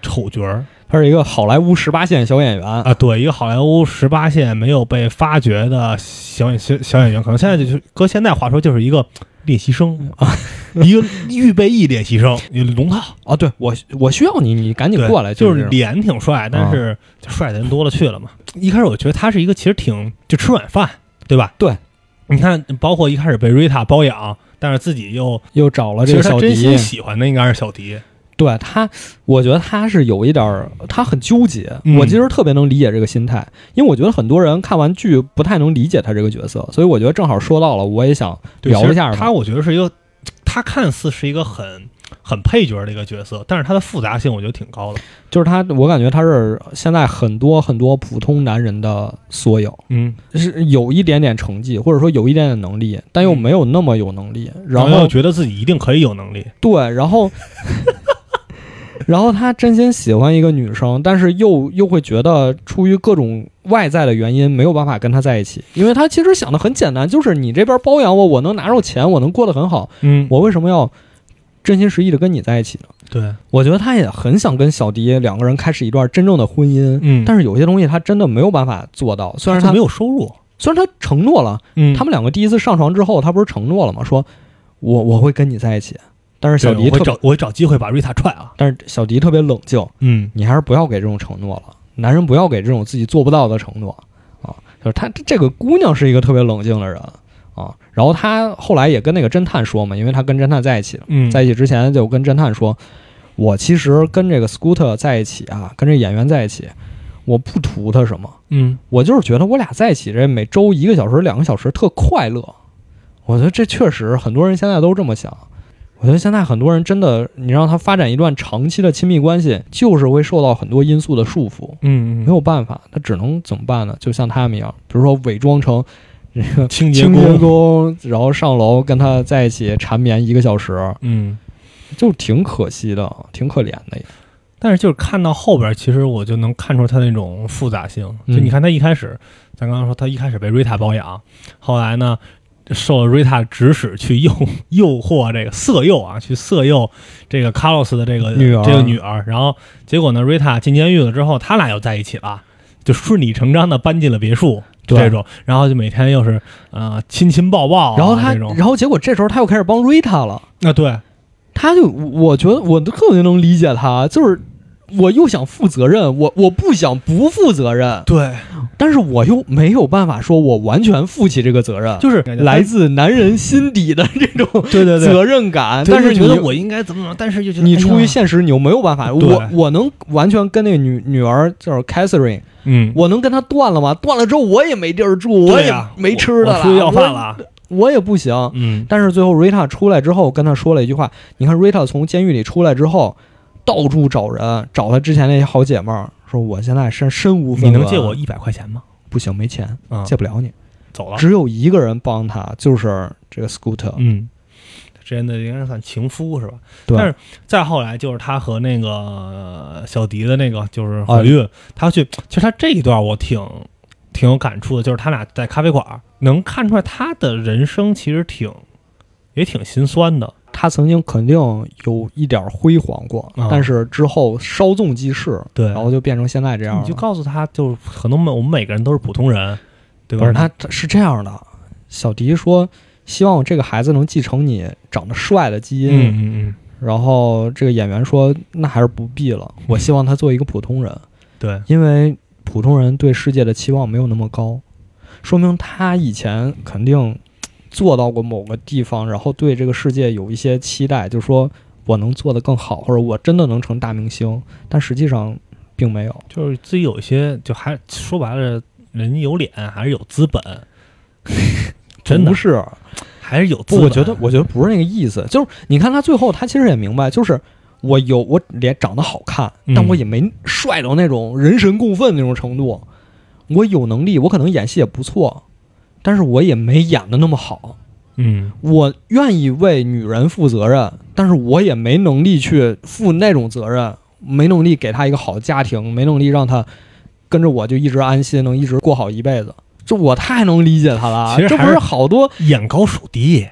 丑角儿他是一个好莱坞十八线小演员，啊，对，一个好莱坞十八线没有被发掘的小演小小演员，可能现在就是搁现在话说就是一个练习生啊， 一个预备役练习生，你龙套。啊，对我我需要你，你赶紧对过来，就是啊是脸挺帅，但是帅的人多了去了嘛。一开始我觉得他是一个其实挺就吃软饭，对吧？对，你看，包括一开始被瑞塔包养，但是自己又又找了其啊这个实他小真心迪，喜欢的应该是小迪，对他，我觉得他是有一点儿，他很纠结。嗯我其实特别能理解这个心态，因为我觉得很多人看完剧不太能理解他这个角色，所以我觉得正好说到了，我也想对聊一下其实吧他，。我觉得是一个，他看似是一个很很配角的一个角色，但是他的复杂性我觉得挺高的。就是他，我感觉他是现在很多很多普通男人的缩影，嗯，是有一点点成绩，或者说有一点点能力，但又没有那么有能力。然然后后觉得自己一定可以有能力，对，然后， 然后他真心喜欢一个女生，但是又又会觉得出于各种外在的原因没有办法跟她在一起，因为他其实想的很简单，就是你这边包养我，我能拿着钱，我能过得很好，嗯，我为什么要真心实意的跟你在一起呢？对，我觉得他也很想跟小迪两个人开始一段真正的婚姻，嗯但是有些东西他真的没有办法做到。虽然他他没有收入，虽然他承诺了，嗯他们两个第一次上床之后，他不是承诺了吗？说我我会跟你在一起，但是小对迪我特会别找我会找机会把瑞塔踹啊，但是小迪特别冷静，嗯，你还是不要给这种承诺了。男人不要给这种自己做不到的承诺啊！就是她这个姑娘是一个特别冷静的人啊。然后她后来也跟那个侦探说嘛，因为她跟侦探在一起了，嗯，在一起之前就跟侦探说，我其实跟这个 Scooter 在一起啊，跟这演员在一起，我不图他什么，嗯，我就是觉得我俩在一起这每周一个小时、两个小时特快乐。我觉得这确实很多人现在都这么想。我觉得现在很多人真的，你让他发展一段长期的亲密关系，就是会受到很多因素的束缚，没嗯，有办法，他只能怎么办呢？就像他们一样，比如说伪装成这个清洁清洁嗯工，工，然后上楼跟他在一起缠绵一个小时，嗯。就挺可惜的，挺可怜的也。但是就是看到后边，其实我就能看出他那种复杂性。嗯就你看他一开始，咱刚刚说他一开始被瑞塔包养，后来呢，受了瑞塔指使去诱诱惑这个色诱啊，去色诱这个卡洛斯的这个女儿这个女儿。然后结果呢，瑞塔进监狱了之后，他俩又在一起了，就顺理成章的搬进了别墅。对这种，然后就每天又是呃亲亲抱抱啊、然后他，这种，然后结果这时候他又开始帮瑞塔了。啊对，他就我觉得我特别能理解他，就是我又想负责任，我我不想不负责任，对，但是我又没有办法说我完全负起这个责任，就是来自男人心底的这种对对对，责任感。对但是就觉你得我应该怎么怎么，但是就觉得你哎呀出于现实，你又没有办法。对我我能完全跟那个女女儿就是 Catherine，嗯，我能跟她断了吗？断了之后我也没地儿住，对也呀没吃的我我出去了，要饭了，我，我也不行。嗯，但是最后 Rita 出来之后，跟她说了一句话。你看 Rita 从监狱里出来之后，到处找人，找她之前那些好姐妹儿，说我现在身身无分你文，能借我一百块钱吗？不行，没钱，啊，借不了你。走了，只有一个人帮她，就是这个 Scooter。嗯，之前的应该算情夫是吧？对但是再后来就是他和那个呃小迪的那个就是怀孕，他去，其实他这一段我挺挺有感触的，就是他俩在咖啡馆能看出来他的人生其实挺也挺心酸的，他曾经肯定有一点辉煌过，啊但是之后稍纵即逝，对，然后就变成现在这样你了。就告诉他，就是可能我们每个人都是普通人，对吧？不是他他是这样的，小迪说希望这个孩子能继承你长得帅的基嗯因，嗯嗯，然后这个演员说那还是不必了，我希望他做一个普通人，对，因为普通人对世界的期望没有那么高，说明他以前肯定做到过某个地方，然后对这个世界有一些期待，就说我能做得更好，或者我真的能成大明星，但实际上并没有。就是自己有一些，就还说白了，人有脸还是有资本， 真的不是，还是有不，资本。我觉得，我觉得不是那个意思，就是你看他最后，他其实也明白，就是。我有我脸长得好看，嗯但我也没帅到那种人神共愤那种程度。我有能力，我可能演戏也不错，但是我也没演的那么好。嗯，我愿意为女人负责任，但是我也没能力去负那种责任，没能力给她一个好家庭，没能力让她跟着我就一直安心，能一直过好一辈子。这我太能理解她了，啊其实这不还是是好多眼高手低，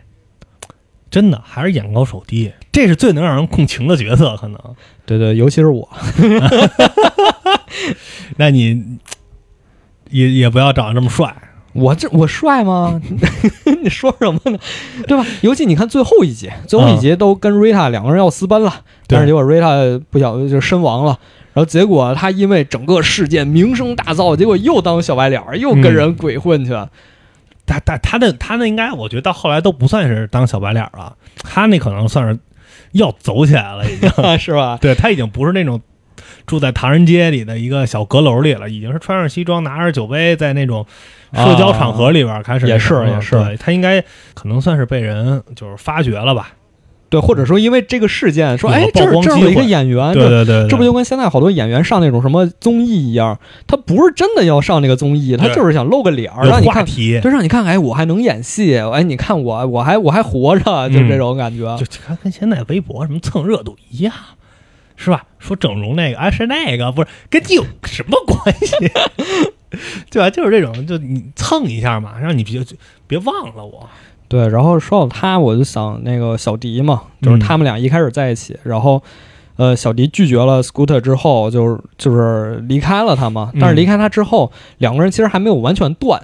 真的还是眼高手低，这是最能让人共情的角色，可能。对对，尤其是我，那你也也不要长得这么帅，我这我帅吗？ 你说什么呢？对吧？尤其你看最后一集，最后一集都跟瑞塔两个人要私奔了，嗯对但是结果瑞塔不小心就身亡了。然后结果他因为整个事件名声大噪，结果又当小白脸儿，又跟人鬼混去。他他他那他那应该，我觉得到后来都不算是当小白脸了，他那可能算是要走起来了，已经。 是吧？对他已经不是那种住在唐人街里的一个小阁楼里了，已经是穿上西装，拿着酒杯，在那种社交场合里边开始啊也是那什么嗯也是对他应该可能算是被人就是发掘了吧？对，或者说因为这个事件，说有个哎，这曝儿光这儿机有一个会演员，对这对对，对这啊不就跟现在好多演员上那种什么综艺一样，他不是真的要上那个综艺，他对就是想露个脸儿，有让你话看，题？就让你看，哎，我还能演戏，哎，你看我，我还我还活着，就这种感觉。嗯就他跟现在微博什么蹭热度一样。是吧？说整容那个，啊是那个，不是跟你有什么关系？ 对吧？就是这种，就你蹭一下嘛，让你别别忘了我。对，然后说到他，我就想那个小迪嘛，就是他嗯们俩一开始在一起，然后。呃，小迪拒绝了 Scooter 之后，就是就是离开了他嘛。嗯但是离开他之后，两个人其实还没有完全断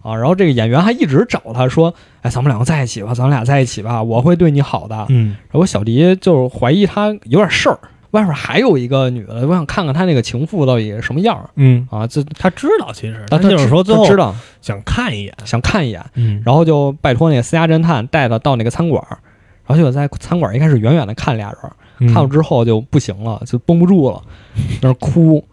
啊。然后这个演员还一直找他说：“哎，咱们两个在一起吧，咱们俩在一起吧，我会对你好的。”嗯，然后小迪就是怀疑他有点事儿，外面还有一个女的，我想看看他那个情妇到底什么样儿嗯，啊。这他知道，其实啊，他就是说他最后知道想看一眼，想看一眼，嗯，然后就拜托那个私家侦探带他到那个餐馆儿，然后就在餐馆儿一开始远远的看俩人儿，看了之后就不行了，就绷不住了，在那儿哭。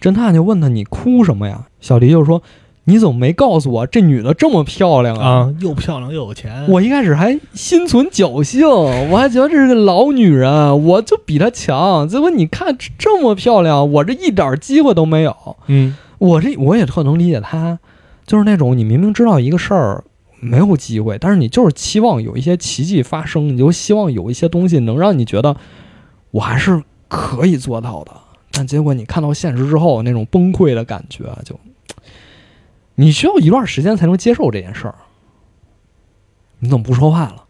侦探就问他：“你哭什么呀？”小迪就说：“你怎么没告诉我这女的这么漂亮啊？啊，又漂亮又有钱，我一开始还心存侥幸，我还觉得这是个老女人，我就比她强。结果你看这么漂亮，我这一点机会都没有。嗯我这我也特能理解她，就是那种你明明知道一个事儿没有机会，但是你就是期望有一些奇迹发生，你就希望有一些东西能让你觉得我还是可以做到的。但结果你看到现实之后，那种崩溃的感觉就，你需要一段时间才能接受这件事儿。你怎么不说话了？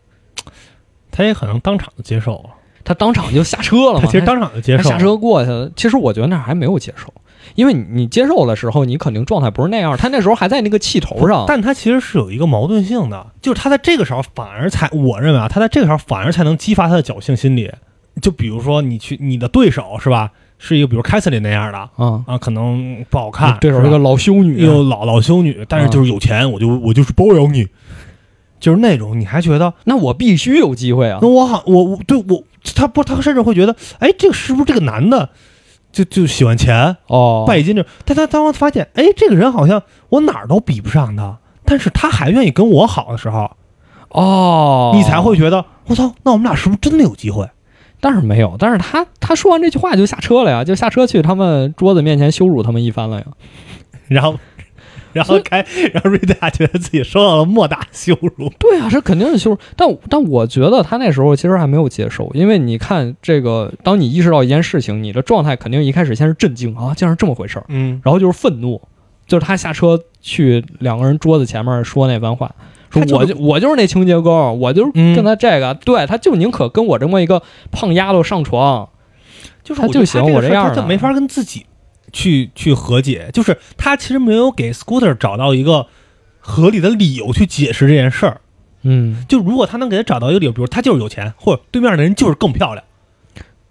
他也可能当场就接受了，他当场就下车了他嘛？其实当场就接他受下了，车过去了。其实我觉得那儿还没有接受，因为你你接受的时候，你肯定状态不是那样。他那时候还在那个气头上，但他其实是有一个矛盾性的，就是他在这个时候反而才，我认为啊，他在这个时候反而才能激发他的侥幸心理。就比如说你去你的对手是吧？是一个比如凯瑟琳那样的啊，啊，可能不好看，嗯对手是吧个老修女，啊又老老修女，但是就是有钱，我就我就是包养你，就是那种你还觉得那我必须有机会啊那！我好我我对我他不他甚至会觉得，哎，这个是不是这个男的就就喜欢钱哦，拜金这种？但他当发现，哎，这个人好像我哪儿都比不上他，但是他还愿意跟我好的时候，哦，你才会觉得我操，那我们俩是不是真的有机会？ 但是没有，但是他他说完这句话就下车了呀，就下车去他们桌子面前羞辱他们一番了呀。然后。然后开，然后瑞达觉得自己受到了莫大羞辱。对啊，这肯定是羞辱。但但我觉得他那时候其实还没有接受，因为你看这个，当你意识到一件事情，你的状态肯定一开始先是震惊啊，竟然是这么回事儿，嗯，然后就是愤怒，就是他下车去两个人桌子前面说那番话。说他就我是就我就是那清洁工，我就是嗯跟他这个，对，他就宁可跟我这么一个胖丫头上床， 就是他我就觉得喜欢这我个这事儿样他就的没法跟自己去去和解。就是他其实没有给 Scooter 找到一个合理的理由去解释这件事儿。嗯，就如果他能给他找到一个理由，比如他就是有钱，或者对面的人就是更漂亮，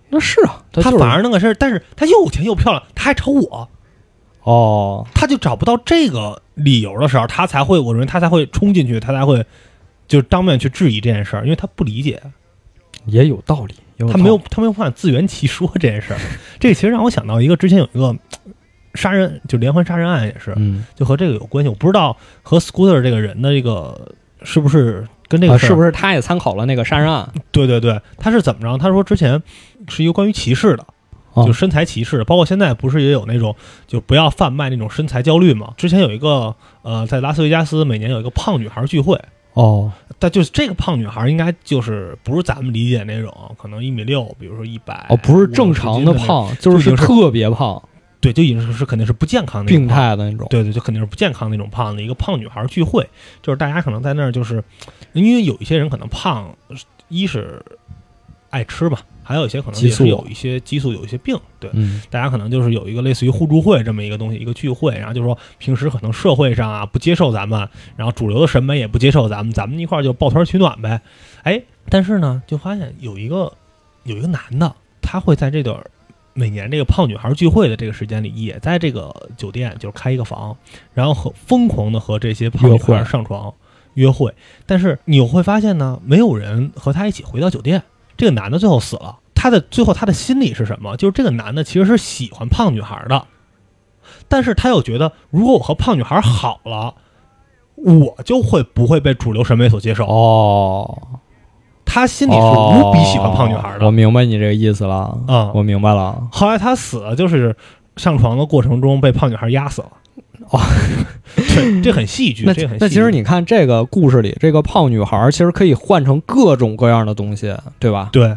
那是啊，他就是反而那个事儿，但是他又有钱又漂亮，他还朝我，哦，他就找不到这个理由的时候，他才会，我认为他才会冲进去，他才会就当面去质疑这件事儿，因为他不理解，也有道理，有他没有他没有办法自圆其说这件事儿。 这其实让我想到一个之前有一个杀人，就连环杀人案也是，嗯，就和这个有关系。我不知道和 Scooter 这个人的这个是不是跟这个啊事儿、是不是他也参考了那个杀人案？对对对，他是怎么着？他说之前是一个关于歧视的，哦就身材歧视的，包括现在不是也有那种就不要贩卖那种身材焦虑嘛？之前有一个呃，在拉斯维加斯每年有一个胖女孩聚会，哦，但就是这个胖女孩应该就是不是咱们理解那种可能一米六，比如说一百哦，不是正常的，胖，就是就是已经是特别胖、对，就已经是肯定是不健康的那病种胖态的那种。对对，就肯定是不健康那种胖的一个胖女孩聚会，就是大家可能在那儿就是，因为有一些人可能胖，一是爱吃吧，还有一些可能激也素啊是有一些激素有一些病，对，嗯，大家可能就是有一个类似于互助会这么一个东西，一个聚会，然后就说平时可能社会上啊不接受咱们，然后主流的审美也不接受咱们，咱们一块儿就抱团取暖呗。哎，但是呢，就发现有一个有一个男的，他会在这段儿每年这个胖女孩聚会的这个时间里，也在这个酒店就是开一个房，然后和疯狂的和这些胖女约孩会上床约会，但是你会发现呢，没有人和他一起回到酒店。这个男的最后死了，他的最后他的心理是什么？就是这个男的其实是喜欢胖女孩的，但是他又觉得如果我和胖女孩好了，我就会不会被主流审美所接受。哦，他心里是无比喜欢胖女孩的哦我明白你这个意思了啊我明白了。后来他死了，就是上床的过程中被胖女孩压死了。哦，对，这很戏剧， 那这很那戏其实剧你看这个故事里，这个胖女孩其实可以换成各种各样的东西，对吧？对，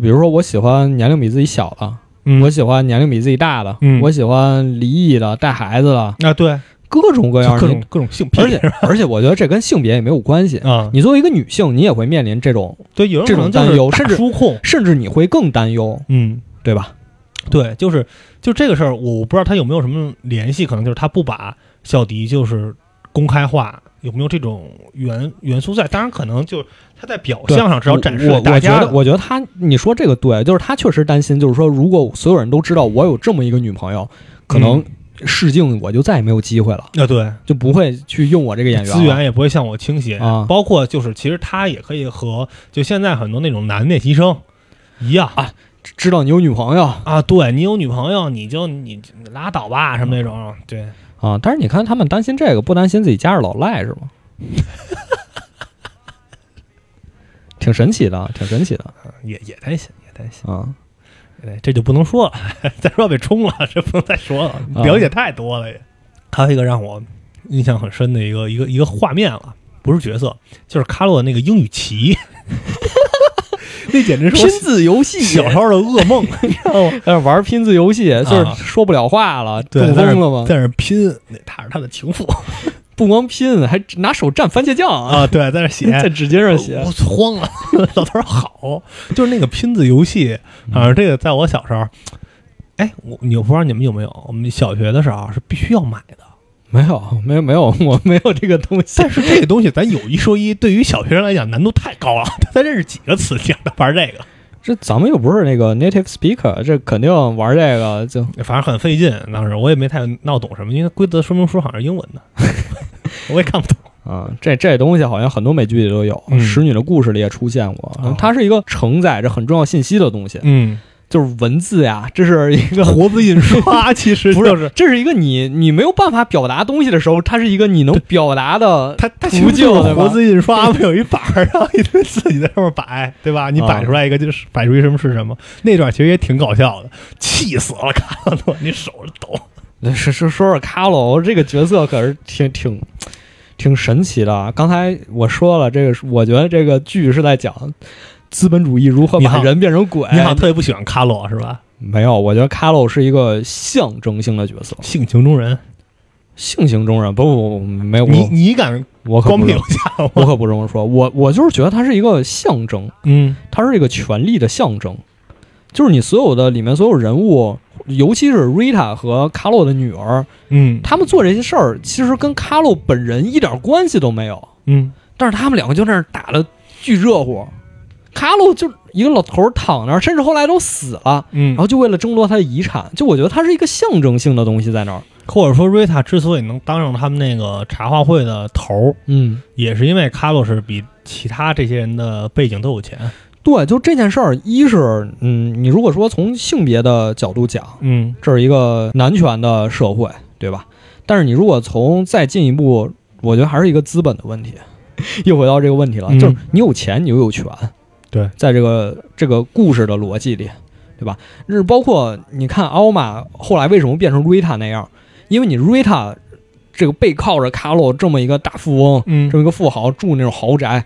比如说，我喜欢年龄比自己小的，嗯我喜欢年龄比自己大的，嗯我喜欢离异的、带孩子的，啊对，各种各就样各的。种各种性癖，而且而且，我觉得这跟性别也没有关系。啊，你作为一个女性，你也会面临这种对，有人这可能种就担是忧大甚至叔控，甚至你会更担忧，嗯。对吧？对，就是就这个事儿，我不知道他有没有什么联系，可能就是他不把小迪就是公开化，有没有这种元元素在？当然，可能就是他在表象上只要展示我给我我大觉家得，我觉得他，你说这个对，就是他确实担心，就是说，如果所有人都知道我有这么一个女朋友，嗯可能试镜我就再也没有机会了，啊，对，就不会去用我这个演员了资源也不会向我倾斜。啊包括就是，其实他也可以和就现在很多那种男练习生一样啊知道你有女朋友啊，对你有女朋友，你就你你拉倒吧，什么那种，对，啊。但是你看，他们担心这个，不担心自己家是老赖是 吗？挺神奇的，挺神奇的也也担心，也担心。啊！对，这就不能说了， 再说被冲了，这不能再说了，啊了解太多了也。还有一个让我印象很深的一个一个一个画面了，不是角色，就是卡洛那个英语棋， 那简直是我字游戏小时候的噩梦，你知道吗？但是玩拼字游戏，就是说不了话了，对，中在风那了儿吗？在那儿拼，那他是他的情妇不光拼，还拿手蘸番茄酱啊，啊， 对，在那儿 写在指尖上写哦我。我慌了， 老头儿好，就是那个拼字游戏，反正这个在我小时候，哎，我你我不知道你们有没有，我们小学的时候是必须要买的。没有，没有，没有，我没有这个东西。 但是这 个东西，咱有一说一，对于小学生来讲难度太高了。他才认识几个词，你让他玩这个，这咱们又不是那个 native speaker，这肯定玩这个就反正很费劲。当时我也没太闹懂什么，因为规则说明书好像是英文的， 我也看不懂。啊，这这东西好像很多美剧里都有，嗯使女的故事》里也出现过。哦它是一个承载着很重要信息的东西，嗯，就是文字呀，这是一个活字印 刷其实不就是这是一个你你没有办法表达东西的时候，它是一个你能表达的。它它图其实就旧是对吧活字印刷，嘛，有一板儿，然后一堆自己在上面摆，对吧？你摆出来一个就是摆出一什么是什么，那段其实也挺搞笑的，气死了，看了都，你手抖。呃是是说说卡罗这个角色可是挺挺挺神奇的啊。刚才我说了，这个是我觉得这个剧是在讲资本主义如何你把好人变成鬼。你好像特别不喜欢卡洛是吧？没有，我觉得卡罗是一个象征性的角色，性情中人，性情中人。不不不，没有你你敢我可光不屁是股下吗？我可不这么说，我我就是觉得它是一个象征，嗯它是一个权力的象征，就是你所有的里面所有人物，尤其是 Rita 和卡洛的女儿，嗯他们做这些事儿其实跟卡洛本人一点关系都没有，嗯，但是他们两个就那儿打的巨热乎，卡洛就一个老头儿躺那儿，甚至后来都死了。嗯然，后就为了争夺他的遗产，就我觉得它是一个象征性的东西在那儿。或者说瑞塔之所以能当上他们那个茶话会的头儿，嗯，也是因为卡洛是比其他这些人的背景都有钱。对，就这件事儿，一是嗯，你如果说从性别的角度讲，嗯这是一个男权的社会，对吧？但是你如果从再进一步，我觉得还是一个资本的问题， 又回到这个问题了，嗯就是你有钱，你就有权。对，在这个这个故事的逻辑里，对吧？是包括你看奥玛后来为什么变成瑞塔那样，因为你瑞塔这个背靠着卡洛这么一个大富翁，嗯这么一个富豪住那种豪宅，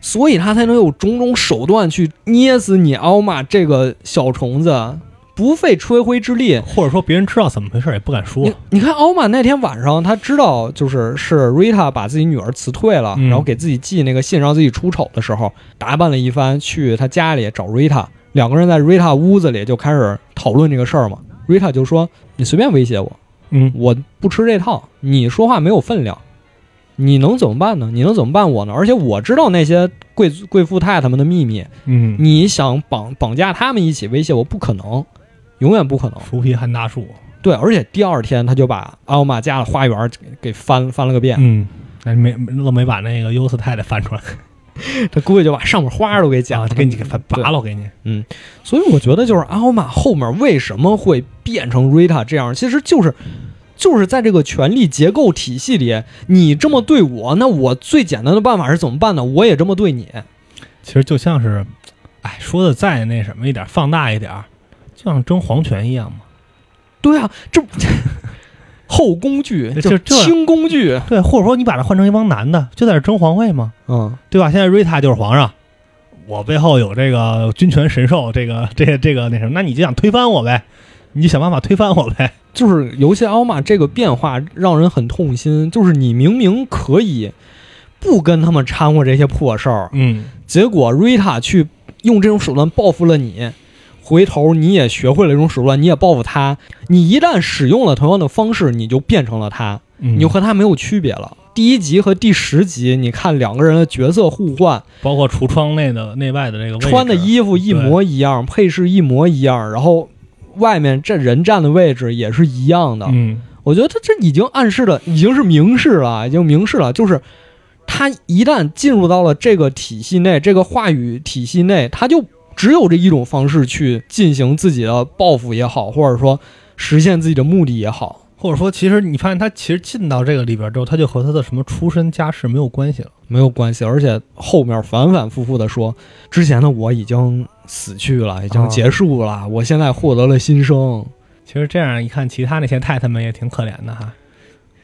所以他才能有种种手段去捏死你奥玛这个小虫子，不费吹灰之力。或者说别人知道怎么回事也不敢说你。你看，奥曼那天晚上，他知道就是是 Rita 把自己女儿辞退了，嗯然后给自己寄那个信，让自己出丑的时候，打扮了一番，去他家里找 Rita，两个人在 Rita 屋子里就开始讨论这个事儿嘛。Rita 就说：“你随便威胁我，嗯我不吃这套，你说话没有分量，你能怎么办呢？你能怎么办我呢？而且我知道那些贵族贵妇太太们的秘密，嗯，你想绑绑架他们一起威胁我，不可能，永远不可能。”扶贫旱大树。对，而且第二天他就把奥玛家的花园给给翻翻了个遍，嗯，那没愣没把那个优斯太太翻 出来，他估计就把上面花都给剪了。嗯啊，给你给拔拔了，给你。所以我觉得就是奥玛后面为什么会变成瑞塔这样，其实就是就是在这个权力结构体系里，你这么对我，那我最简单的办法是怎么办呢？我也这么对你。其实就像是，哎，说的再那什么一点，放大一点儿，就像争皇权一样嘛。对啊，这 后宫剧就这清宫剧，对，或者说你把它换成一帮男的，就在这争皇位嘛。嗯，对吧？现在瑞塔就是皇上，我背后有这个军权神授，这个这个这个那什么，那你就想推翻我呗，你就想办法推翻我呗。就是游戏奥玛这个变化让人很痛心，就是你明明可以不跟他们掺和这些破事儿，嗯，结果瑞塔去用这种手段报复了你，回头你也学会了这种手段，你也报复他。你一旦使用了同样的方式，你就变成了他，你你就和他没有区别了。第一集和第十集，你看两个人的角色互换，包括橱窗内的内外的这个位置穿的，衣服一模一样，配饰一模一样，然后外面这人站的位置也是一样的。嗯，我觉得他这已经暗示了，已经是明示了，已经明示了，就是他一旦进入到了这个体系内，这个话语体系内，他就只有这一种方式去进行自己的报复也好，或者说实现自己的目的也好，或者说，其实你发现他其实进到这个里边之后，他就和他的什么出身家世没有关系了。没有关系。而且后面反反复复的说，之前的我已经死去了，已经啊结束了，我现在获得了新生。其实这样一看，其他那些太太们也挺可怜的哈，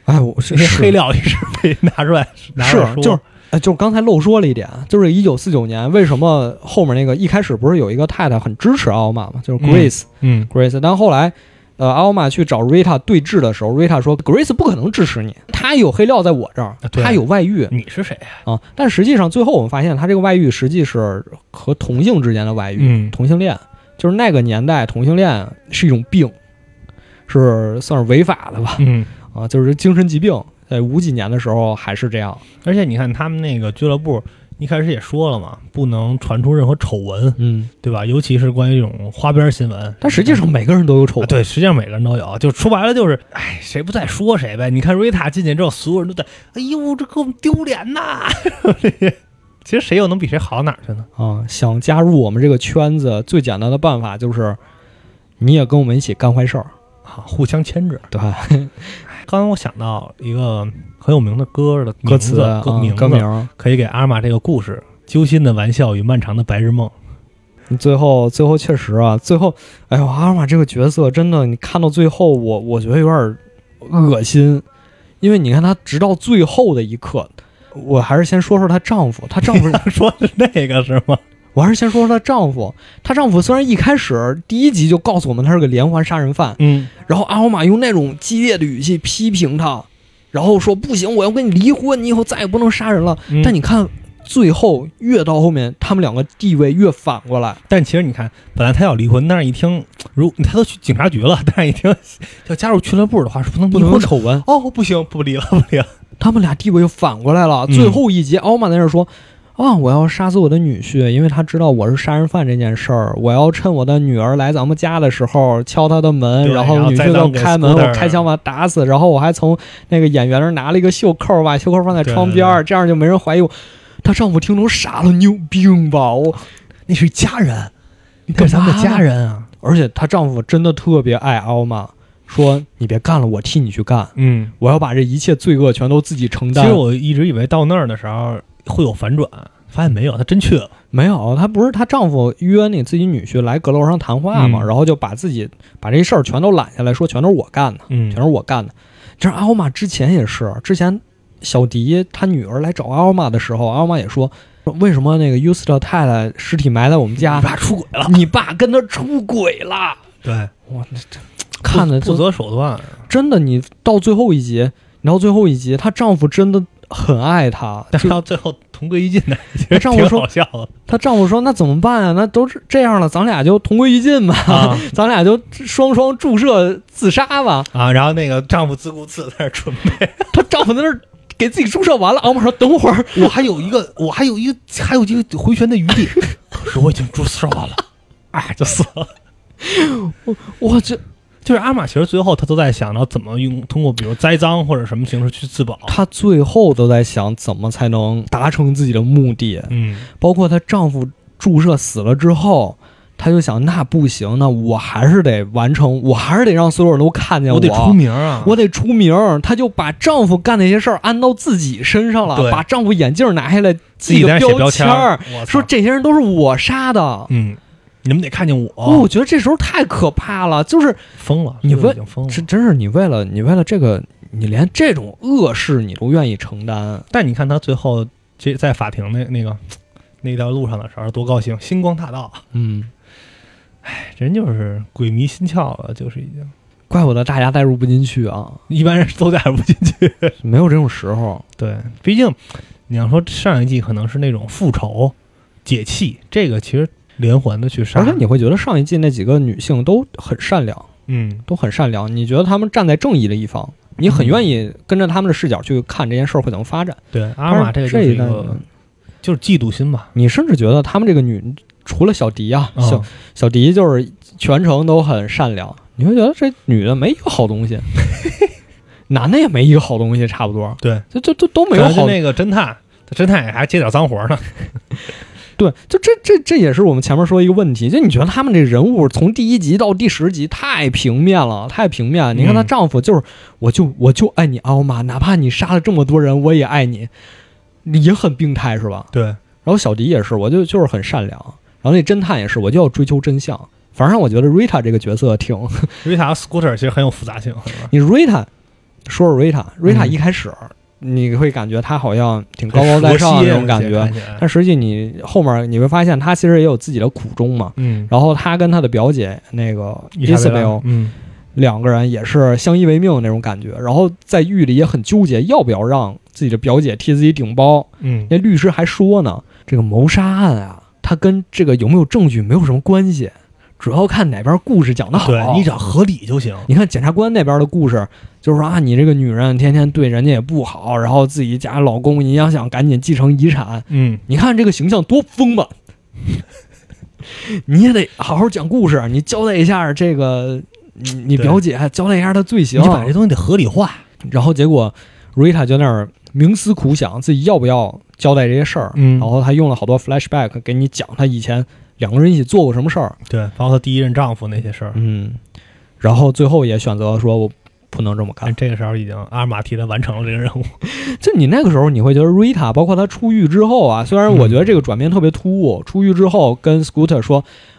哎，我 是这些是黑料也是被 拿出来拿出来是说，就是。哎，就是刚才漏说了一点，啊就是一九四九年，为什么后面那个一开始不是有一个太太很支持奥玛嘛，就是嗯 Grace、嗯 Grace，但后来，呃，奥玛去找 Rita 对峙的时候，Rita 说 Grace 不可能支持你，她有黑料在我这儿啊，对她有外遇你是谁呀、啊，但实际上最后我们发现，她这个外遇实际是和同性之间的外遇，嗯同性恋，就是那个年代同性恋是一种病，是算是违法的吧，嗯，啊，就是精神疾病，在五几年的时候还是这样，而且你看他们那个俱乐部一开始也说了嘛，不能传出任何丑闻，嗯，对吧？尤其是关于这种花边新闻。但实际上每个人都有丑啊闻，对，实际上每个人都有，就说白了就是，哎，谁不在说谁呗。你看瑞塔进去之后，所有人都在，哎呦，这给我们丢脸呐！ 其实谁又能比谁好到哪儿去呢？啊，想加入我们这个圈子，最简单的办法就是，你也跟我们一起干坏事儿，啊啊，互相牵制。对，刚刚我想到一个很有名的 歌的歌词、名字歌啊名字歌名儿，可以给阿尔玛这个故事揪心的玩笑与漫长的白日梦。 最后最后确实啊，最后，哎呦，阿尔玛这个角色真的，你看到最后，我我觉得有点儿恶心，因为你看她直到最后的一刻，我还是先说说她丈夫，她丈 夫说的是那个是吗？我还是先说说她丈夫。她丈夫虽然一开始第一集就告诉我们他是个连环杀人犯，嗯，然后阿欧玛用那种激烈的语气批评他，然后说不行，我要跟你离婚，你以后再也不能杀人了。嗯但你看，最后越到后面，他们两个地位越反过来。但其实你看，本来他要离婚，但是一听，如他都去警察局了， 但是一听要加入俱乐部的话，是不能不能离婚的丑闻，哦，不行，不离了， 不离了。他们俩地位又反过来了。嗯最后一集，奥玛在那儿说。啊！我要杀死我的女婿，因为他知道我是杀人犯这件事儿。我要趁我的女儿来咱们家的时候敲她的门，对然然后后女栽婿赃就给开门， Scooter 我开枪把他打死。然后我还从那个演员那儿拿了一个袖扣，把袖扣放在对窗边儿，这样就没人怀疑我。她丈夫听成傻了，你有病吧？我，那是家人，你这干是咱嘛们的呢家。人啊。而且她丈夫真的特别爱奥玛，说你别干了，我替你去干，嗯，我要把这一切罪恶全都自己承其担。实我一直以为到那儿的时候会有反转，发现没有，他真去了。没有，她不是她丈夫约你自己女婿来阁楼上谈话嘛，嗯然后就把自己把这事儿全都揽下来，说全都是我干的，嗯全都是我干的。这阿欧玛之前也是，之前小迪她女儿来找阿欧玛的时候，阿欧玛也说，说为什么那个尤斯特太太尸体埋在我们家你，爸出轨了，你爸跟她出轨了。对，哇，这这看的不择手段，真的，你到最后一集，你到最后一集，她丈夫真的很爱她，但是就到最后同归于尽的，其哎实丈夫 挺说好笑的。她丈夫说：“那怎么办啊？那都是这样了，咱俩就同归于尽吧，啊咱俩就双双注射自杀吧。啊，然后那个丈夫自顾自在那儿准备，”她丈夫在那儿给自己注射完了，奥玛说：“等会儿，我还有一个，我还有一个，还有一个回旋的余 地，可是我已经注射 完了，哎，就死了。我这就是阿玛，其实最后他都在想到怎么用通过比如栽赃或者什么形式去自保。她最后都在想怎么才能达成自己的目的， 嗯，包括她丈夫注射死了之后。”她就想，那不行，那我还是得完成，我还是得让所有人都看见我得出名啊，我得出名儿，她就把丈夫干那些事儿安到自己身上了，对把丈夫眼镜拿下来自己个在那写标签儿儿，，我操说这些人都是我杀的。嗯，你们得看见哦，我，我觉得这时候太可怕了，就是疯了，你这个问已经疯了。真真是你为了你为了这个，你连这种恶事你都愿意承担。但你看他最后这在法庭那那个那条路上的时候多高兴，星光大道，哎嗯，人就是鬼迷心窍了，就是已经怪不得大家代入不进去啊，一般人都带入不进去。没有这种时候。对，毕竟你要说上一季可能是那种复仇解气，这个其实连环的去杀，而且你会觉得上一季那几个女性都很善良，嗯，都很善良，你觉得她们站在正义的一方，你很愿意跟着她们的视角去看这件事儿会怎么发展。对，阿尔玛这但个是就是一一代个人就是嫉妒心吧。你甚至觉得他们这个女，除了小迪啊，小嗯小迪就是全程都很善良，你会觉得这女的没一个好东西，男的也没一个好东西，差不多，对，就就都都没主有要是好。那个侦探，他侦探也还接点脏活呢。对，就这这这也是我们前面说一个问题，就你觉得他们这人物从第一集到第十集太平面了，太平面。你看她嗯丈夫就是，我就我就爱你奥玛，哪怕你杀了这么多人，我也爱你，也很病态是吧？对，然后小迪也是，我就就是很善良。然后那侦探也是，我就要追求真相。反正让我觉得 Rita 这个角色挺，瑞塔 scooter 其实很有复杂性，是吧你 Rita，说说 Rita，Rita 嗯一开始、你会感觉她好像挺嗯高高在上那很熟悉种感而觉，且看起来但实际你后面你会发现她其实也有自己的苦衷嘛。嗯，然后她跟她的表姐那个伊莎贝拉 Isabel 嗯，两个人也是相依为命那种感觉，然后在狱里也很纠结要不要让自己的表姐替自己顶包，嗯，那律师还说呢，这个谋杀案啊，它跟这个有没有证据没有什么关系，主要看哪边故事讲的好。对你只要合理就行。你看检察官那边的故事，就是说啊，你这个女人天天对人家也不好，然后自己家老公你要想赶紧继承遗产，嗯，你看这个形象多丰满， 你也得好好讲故事，你交代一下这个你你对表姐，交代一下她罪你行，把这东西得合理化。然后结果瑞塔就那儿冥思苦想，自己要不要交代这些事儿。嗯然后她用了好多 flashback 给你讲她以前两个人一起做过什么事儿。对，包括她第一任丈夫那些事儿。嗯，然后最后也选择说我不能这么但干。这个时候已经阿尔马替他完成了这个任务。就你那个时候，你会觉得瑞塔，包括她出狱之后啊，虽然嗯我觉得这个转变特别突兀，出狱之后跟 Scooter 说。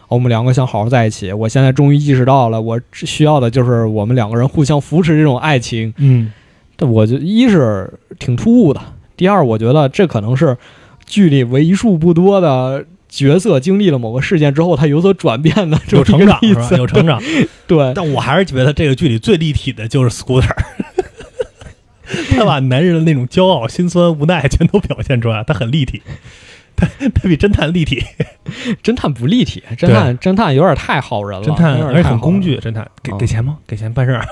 哦我们两个想好好在一起，我现在终于意识到了，我需要的就是我们两个人互相扶持这种爱情。嗯，这我觉得一是挺突兀的，第二我觉得这可能是剧里为数不多的角色经历了某个事件之后，他有所转变的这有么一成个长例是吧？子。有 成长。对，但我还是觉得这个剧里最立体的就是 Scooter，他把男人的那种骄傲、心酸、无奈全都表现出来，他很立体，他他比侦探立体，侦探不立体，侦探侦探有点太好人了，侦探有点而太且好很人工具，，侦探给嗯给钱吗？给钱办事儿。啊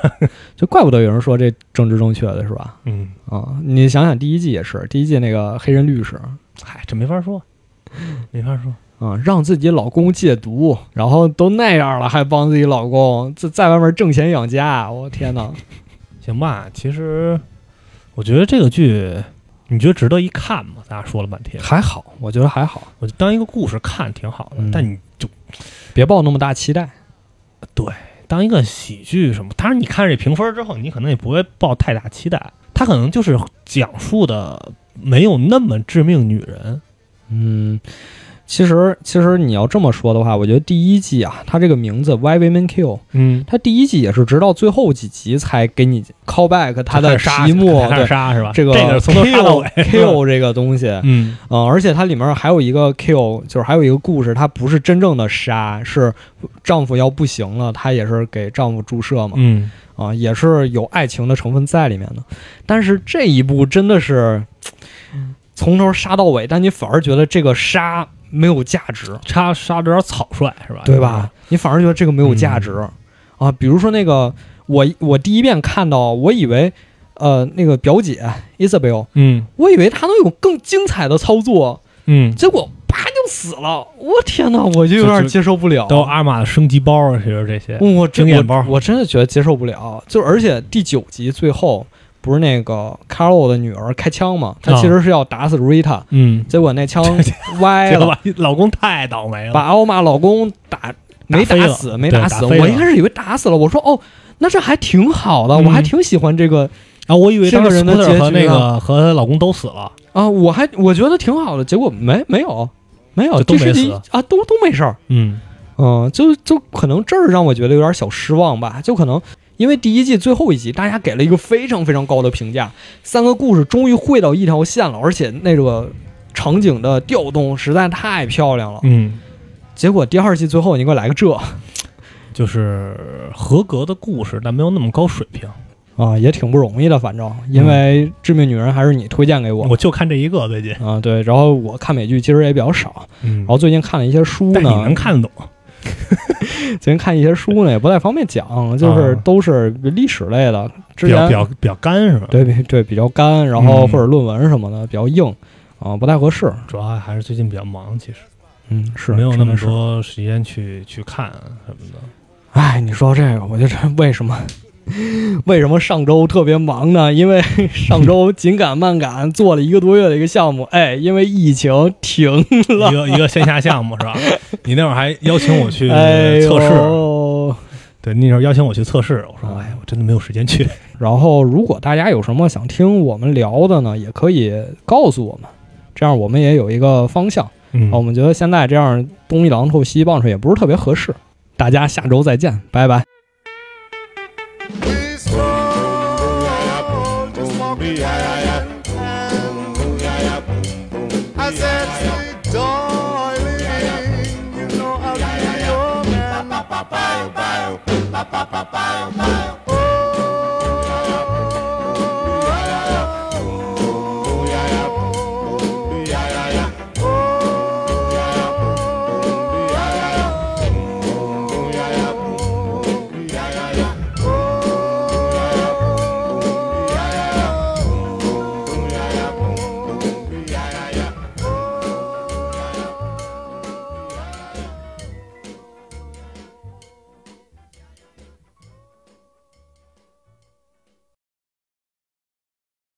就怪不得有人说这政治正确的是吧？嗯，啊、你想想第一季也是，第一季那个黑人律师 嗨，这没法说，没法说。啊、让自己老公戒毒，然后都那样了，还帮自己老公在在外面挣钱养家，我天哪！行吧，其实我觉得这个剧，你觉得值得一看吗？咱俩说了半 天，还好，我觉得还好，我就当一个故事看挺好的，嗯但你就别抱那么大期待。当一个喜剧什么，当然你看这评分之后，你可能也不会抱太大期待，它可能就是讲述的没有那么致命女人，嗯，其实其实你要这么说的话，我觉得第一季啊，它这个名字《Why Women Kill》，嗯，它第一季也是直到最后几集才给你 call back 它的杀题目，开始对杀是吧？这个这个是从头杀到 kill 尾， kill 这个东西，嗯、嗯，而且它里面还有一个 kill，就是还有一个故事，它不是真正的杀，是丈夫要不行了，她也是给丈夫注射嘛，嗯啊，也是有爱情的成分在里面的。但是这一部真的是嗯从头杀到尾，但你反而觉得这个杀没有价值，杀杀的有点草率是吧？对吧？？你反而觉得这个没有价值、啊。比如说那个，我我第一遍看到，我以为呃那个表姐 Isabel，嗯我以为她能有更精彩的操作，嗯，结果啪就死了。我天哪，我就有就点就接受不了。都阿玛的升级包，其实这些，嗯我真经验包我，我真的觉得接受不了。就而且第九集最后不是那个 Carol 的女儿开枪嘛，她啊其实是要打死 Rita，、嗯，结果那枪歪 结果了，吧，老公太倒霉把了，奥玛老公打没飞了死，没对打打死。飞我了一开始以为打死了，我说哦，那这还挺好的，我还嗯挺喜欢这个然后我以为这个当时人的 Scooter 结局和那呢个和她老公都死了，啊，我还我觉得挺好的，结果没没有没有，就都这没是一死啊，都都没事儿。嗯嗯，就就可能这儿让我觉得有点小失望吧，就可能因为第一季最后一集，大家给了一个非常非常高的评价，三个故事终于汇到一条线了，而且那个场景的调动实在太漂亮了。嗯。结果第二季最后你给我来个这就是合格的故事，但没有那么高水平。啊，也挺不容易的，反正因为《致命女人》还是你推荐给我。嗯我就看这一个最近，啊，对，然后我看美剧其实也比较少，嗯然后最近看了一些书但你呢能，看得懂，最近看一些书呢也不太方便讲，就是啊都是历史类的，之比前较比较比较干是吧？，对比对比较干，然后嗯或者论文什么的、比较硬，啊、不太合适。主要还是最近比较忙，其实嗯，是没有那么。真的是多时间去去看什么 的。哎，你说这个，我就真为什么 为什么上周特别忙呢？因 为上周紧赶慢赶做了一个多月的一个项目，哎，因为疫情停一个一个线下项 目是吧？你那会儿还邀请我去哎呦测试，对，那时候邀请我去测试，我说哎，我真的没有时间去。然后，如果大家有什么想听我们聊的呢，也可以告诉我们，这样我们也有一个方向。嗯 啊，我们觉得现在这样东一榔头西一棒槌也不是特别合适。大家下周再见，拜拜。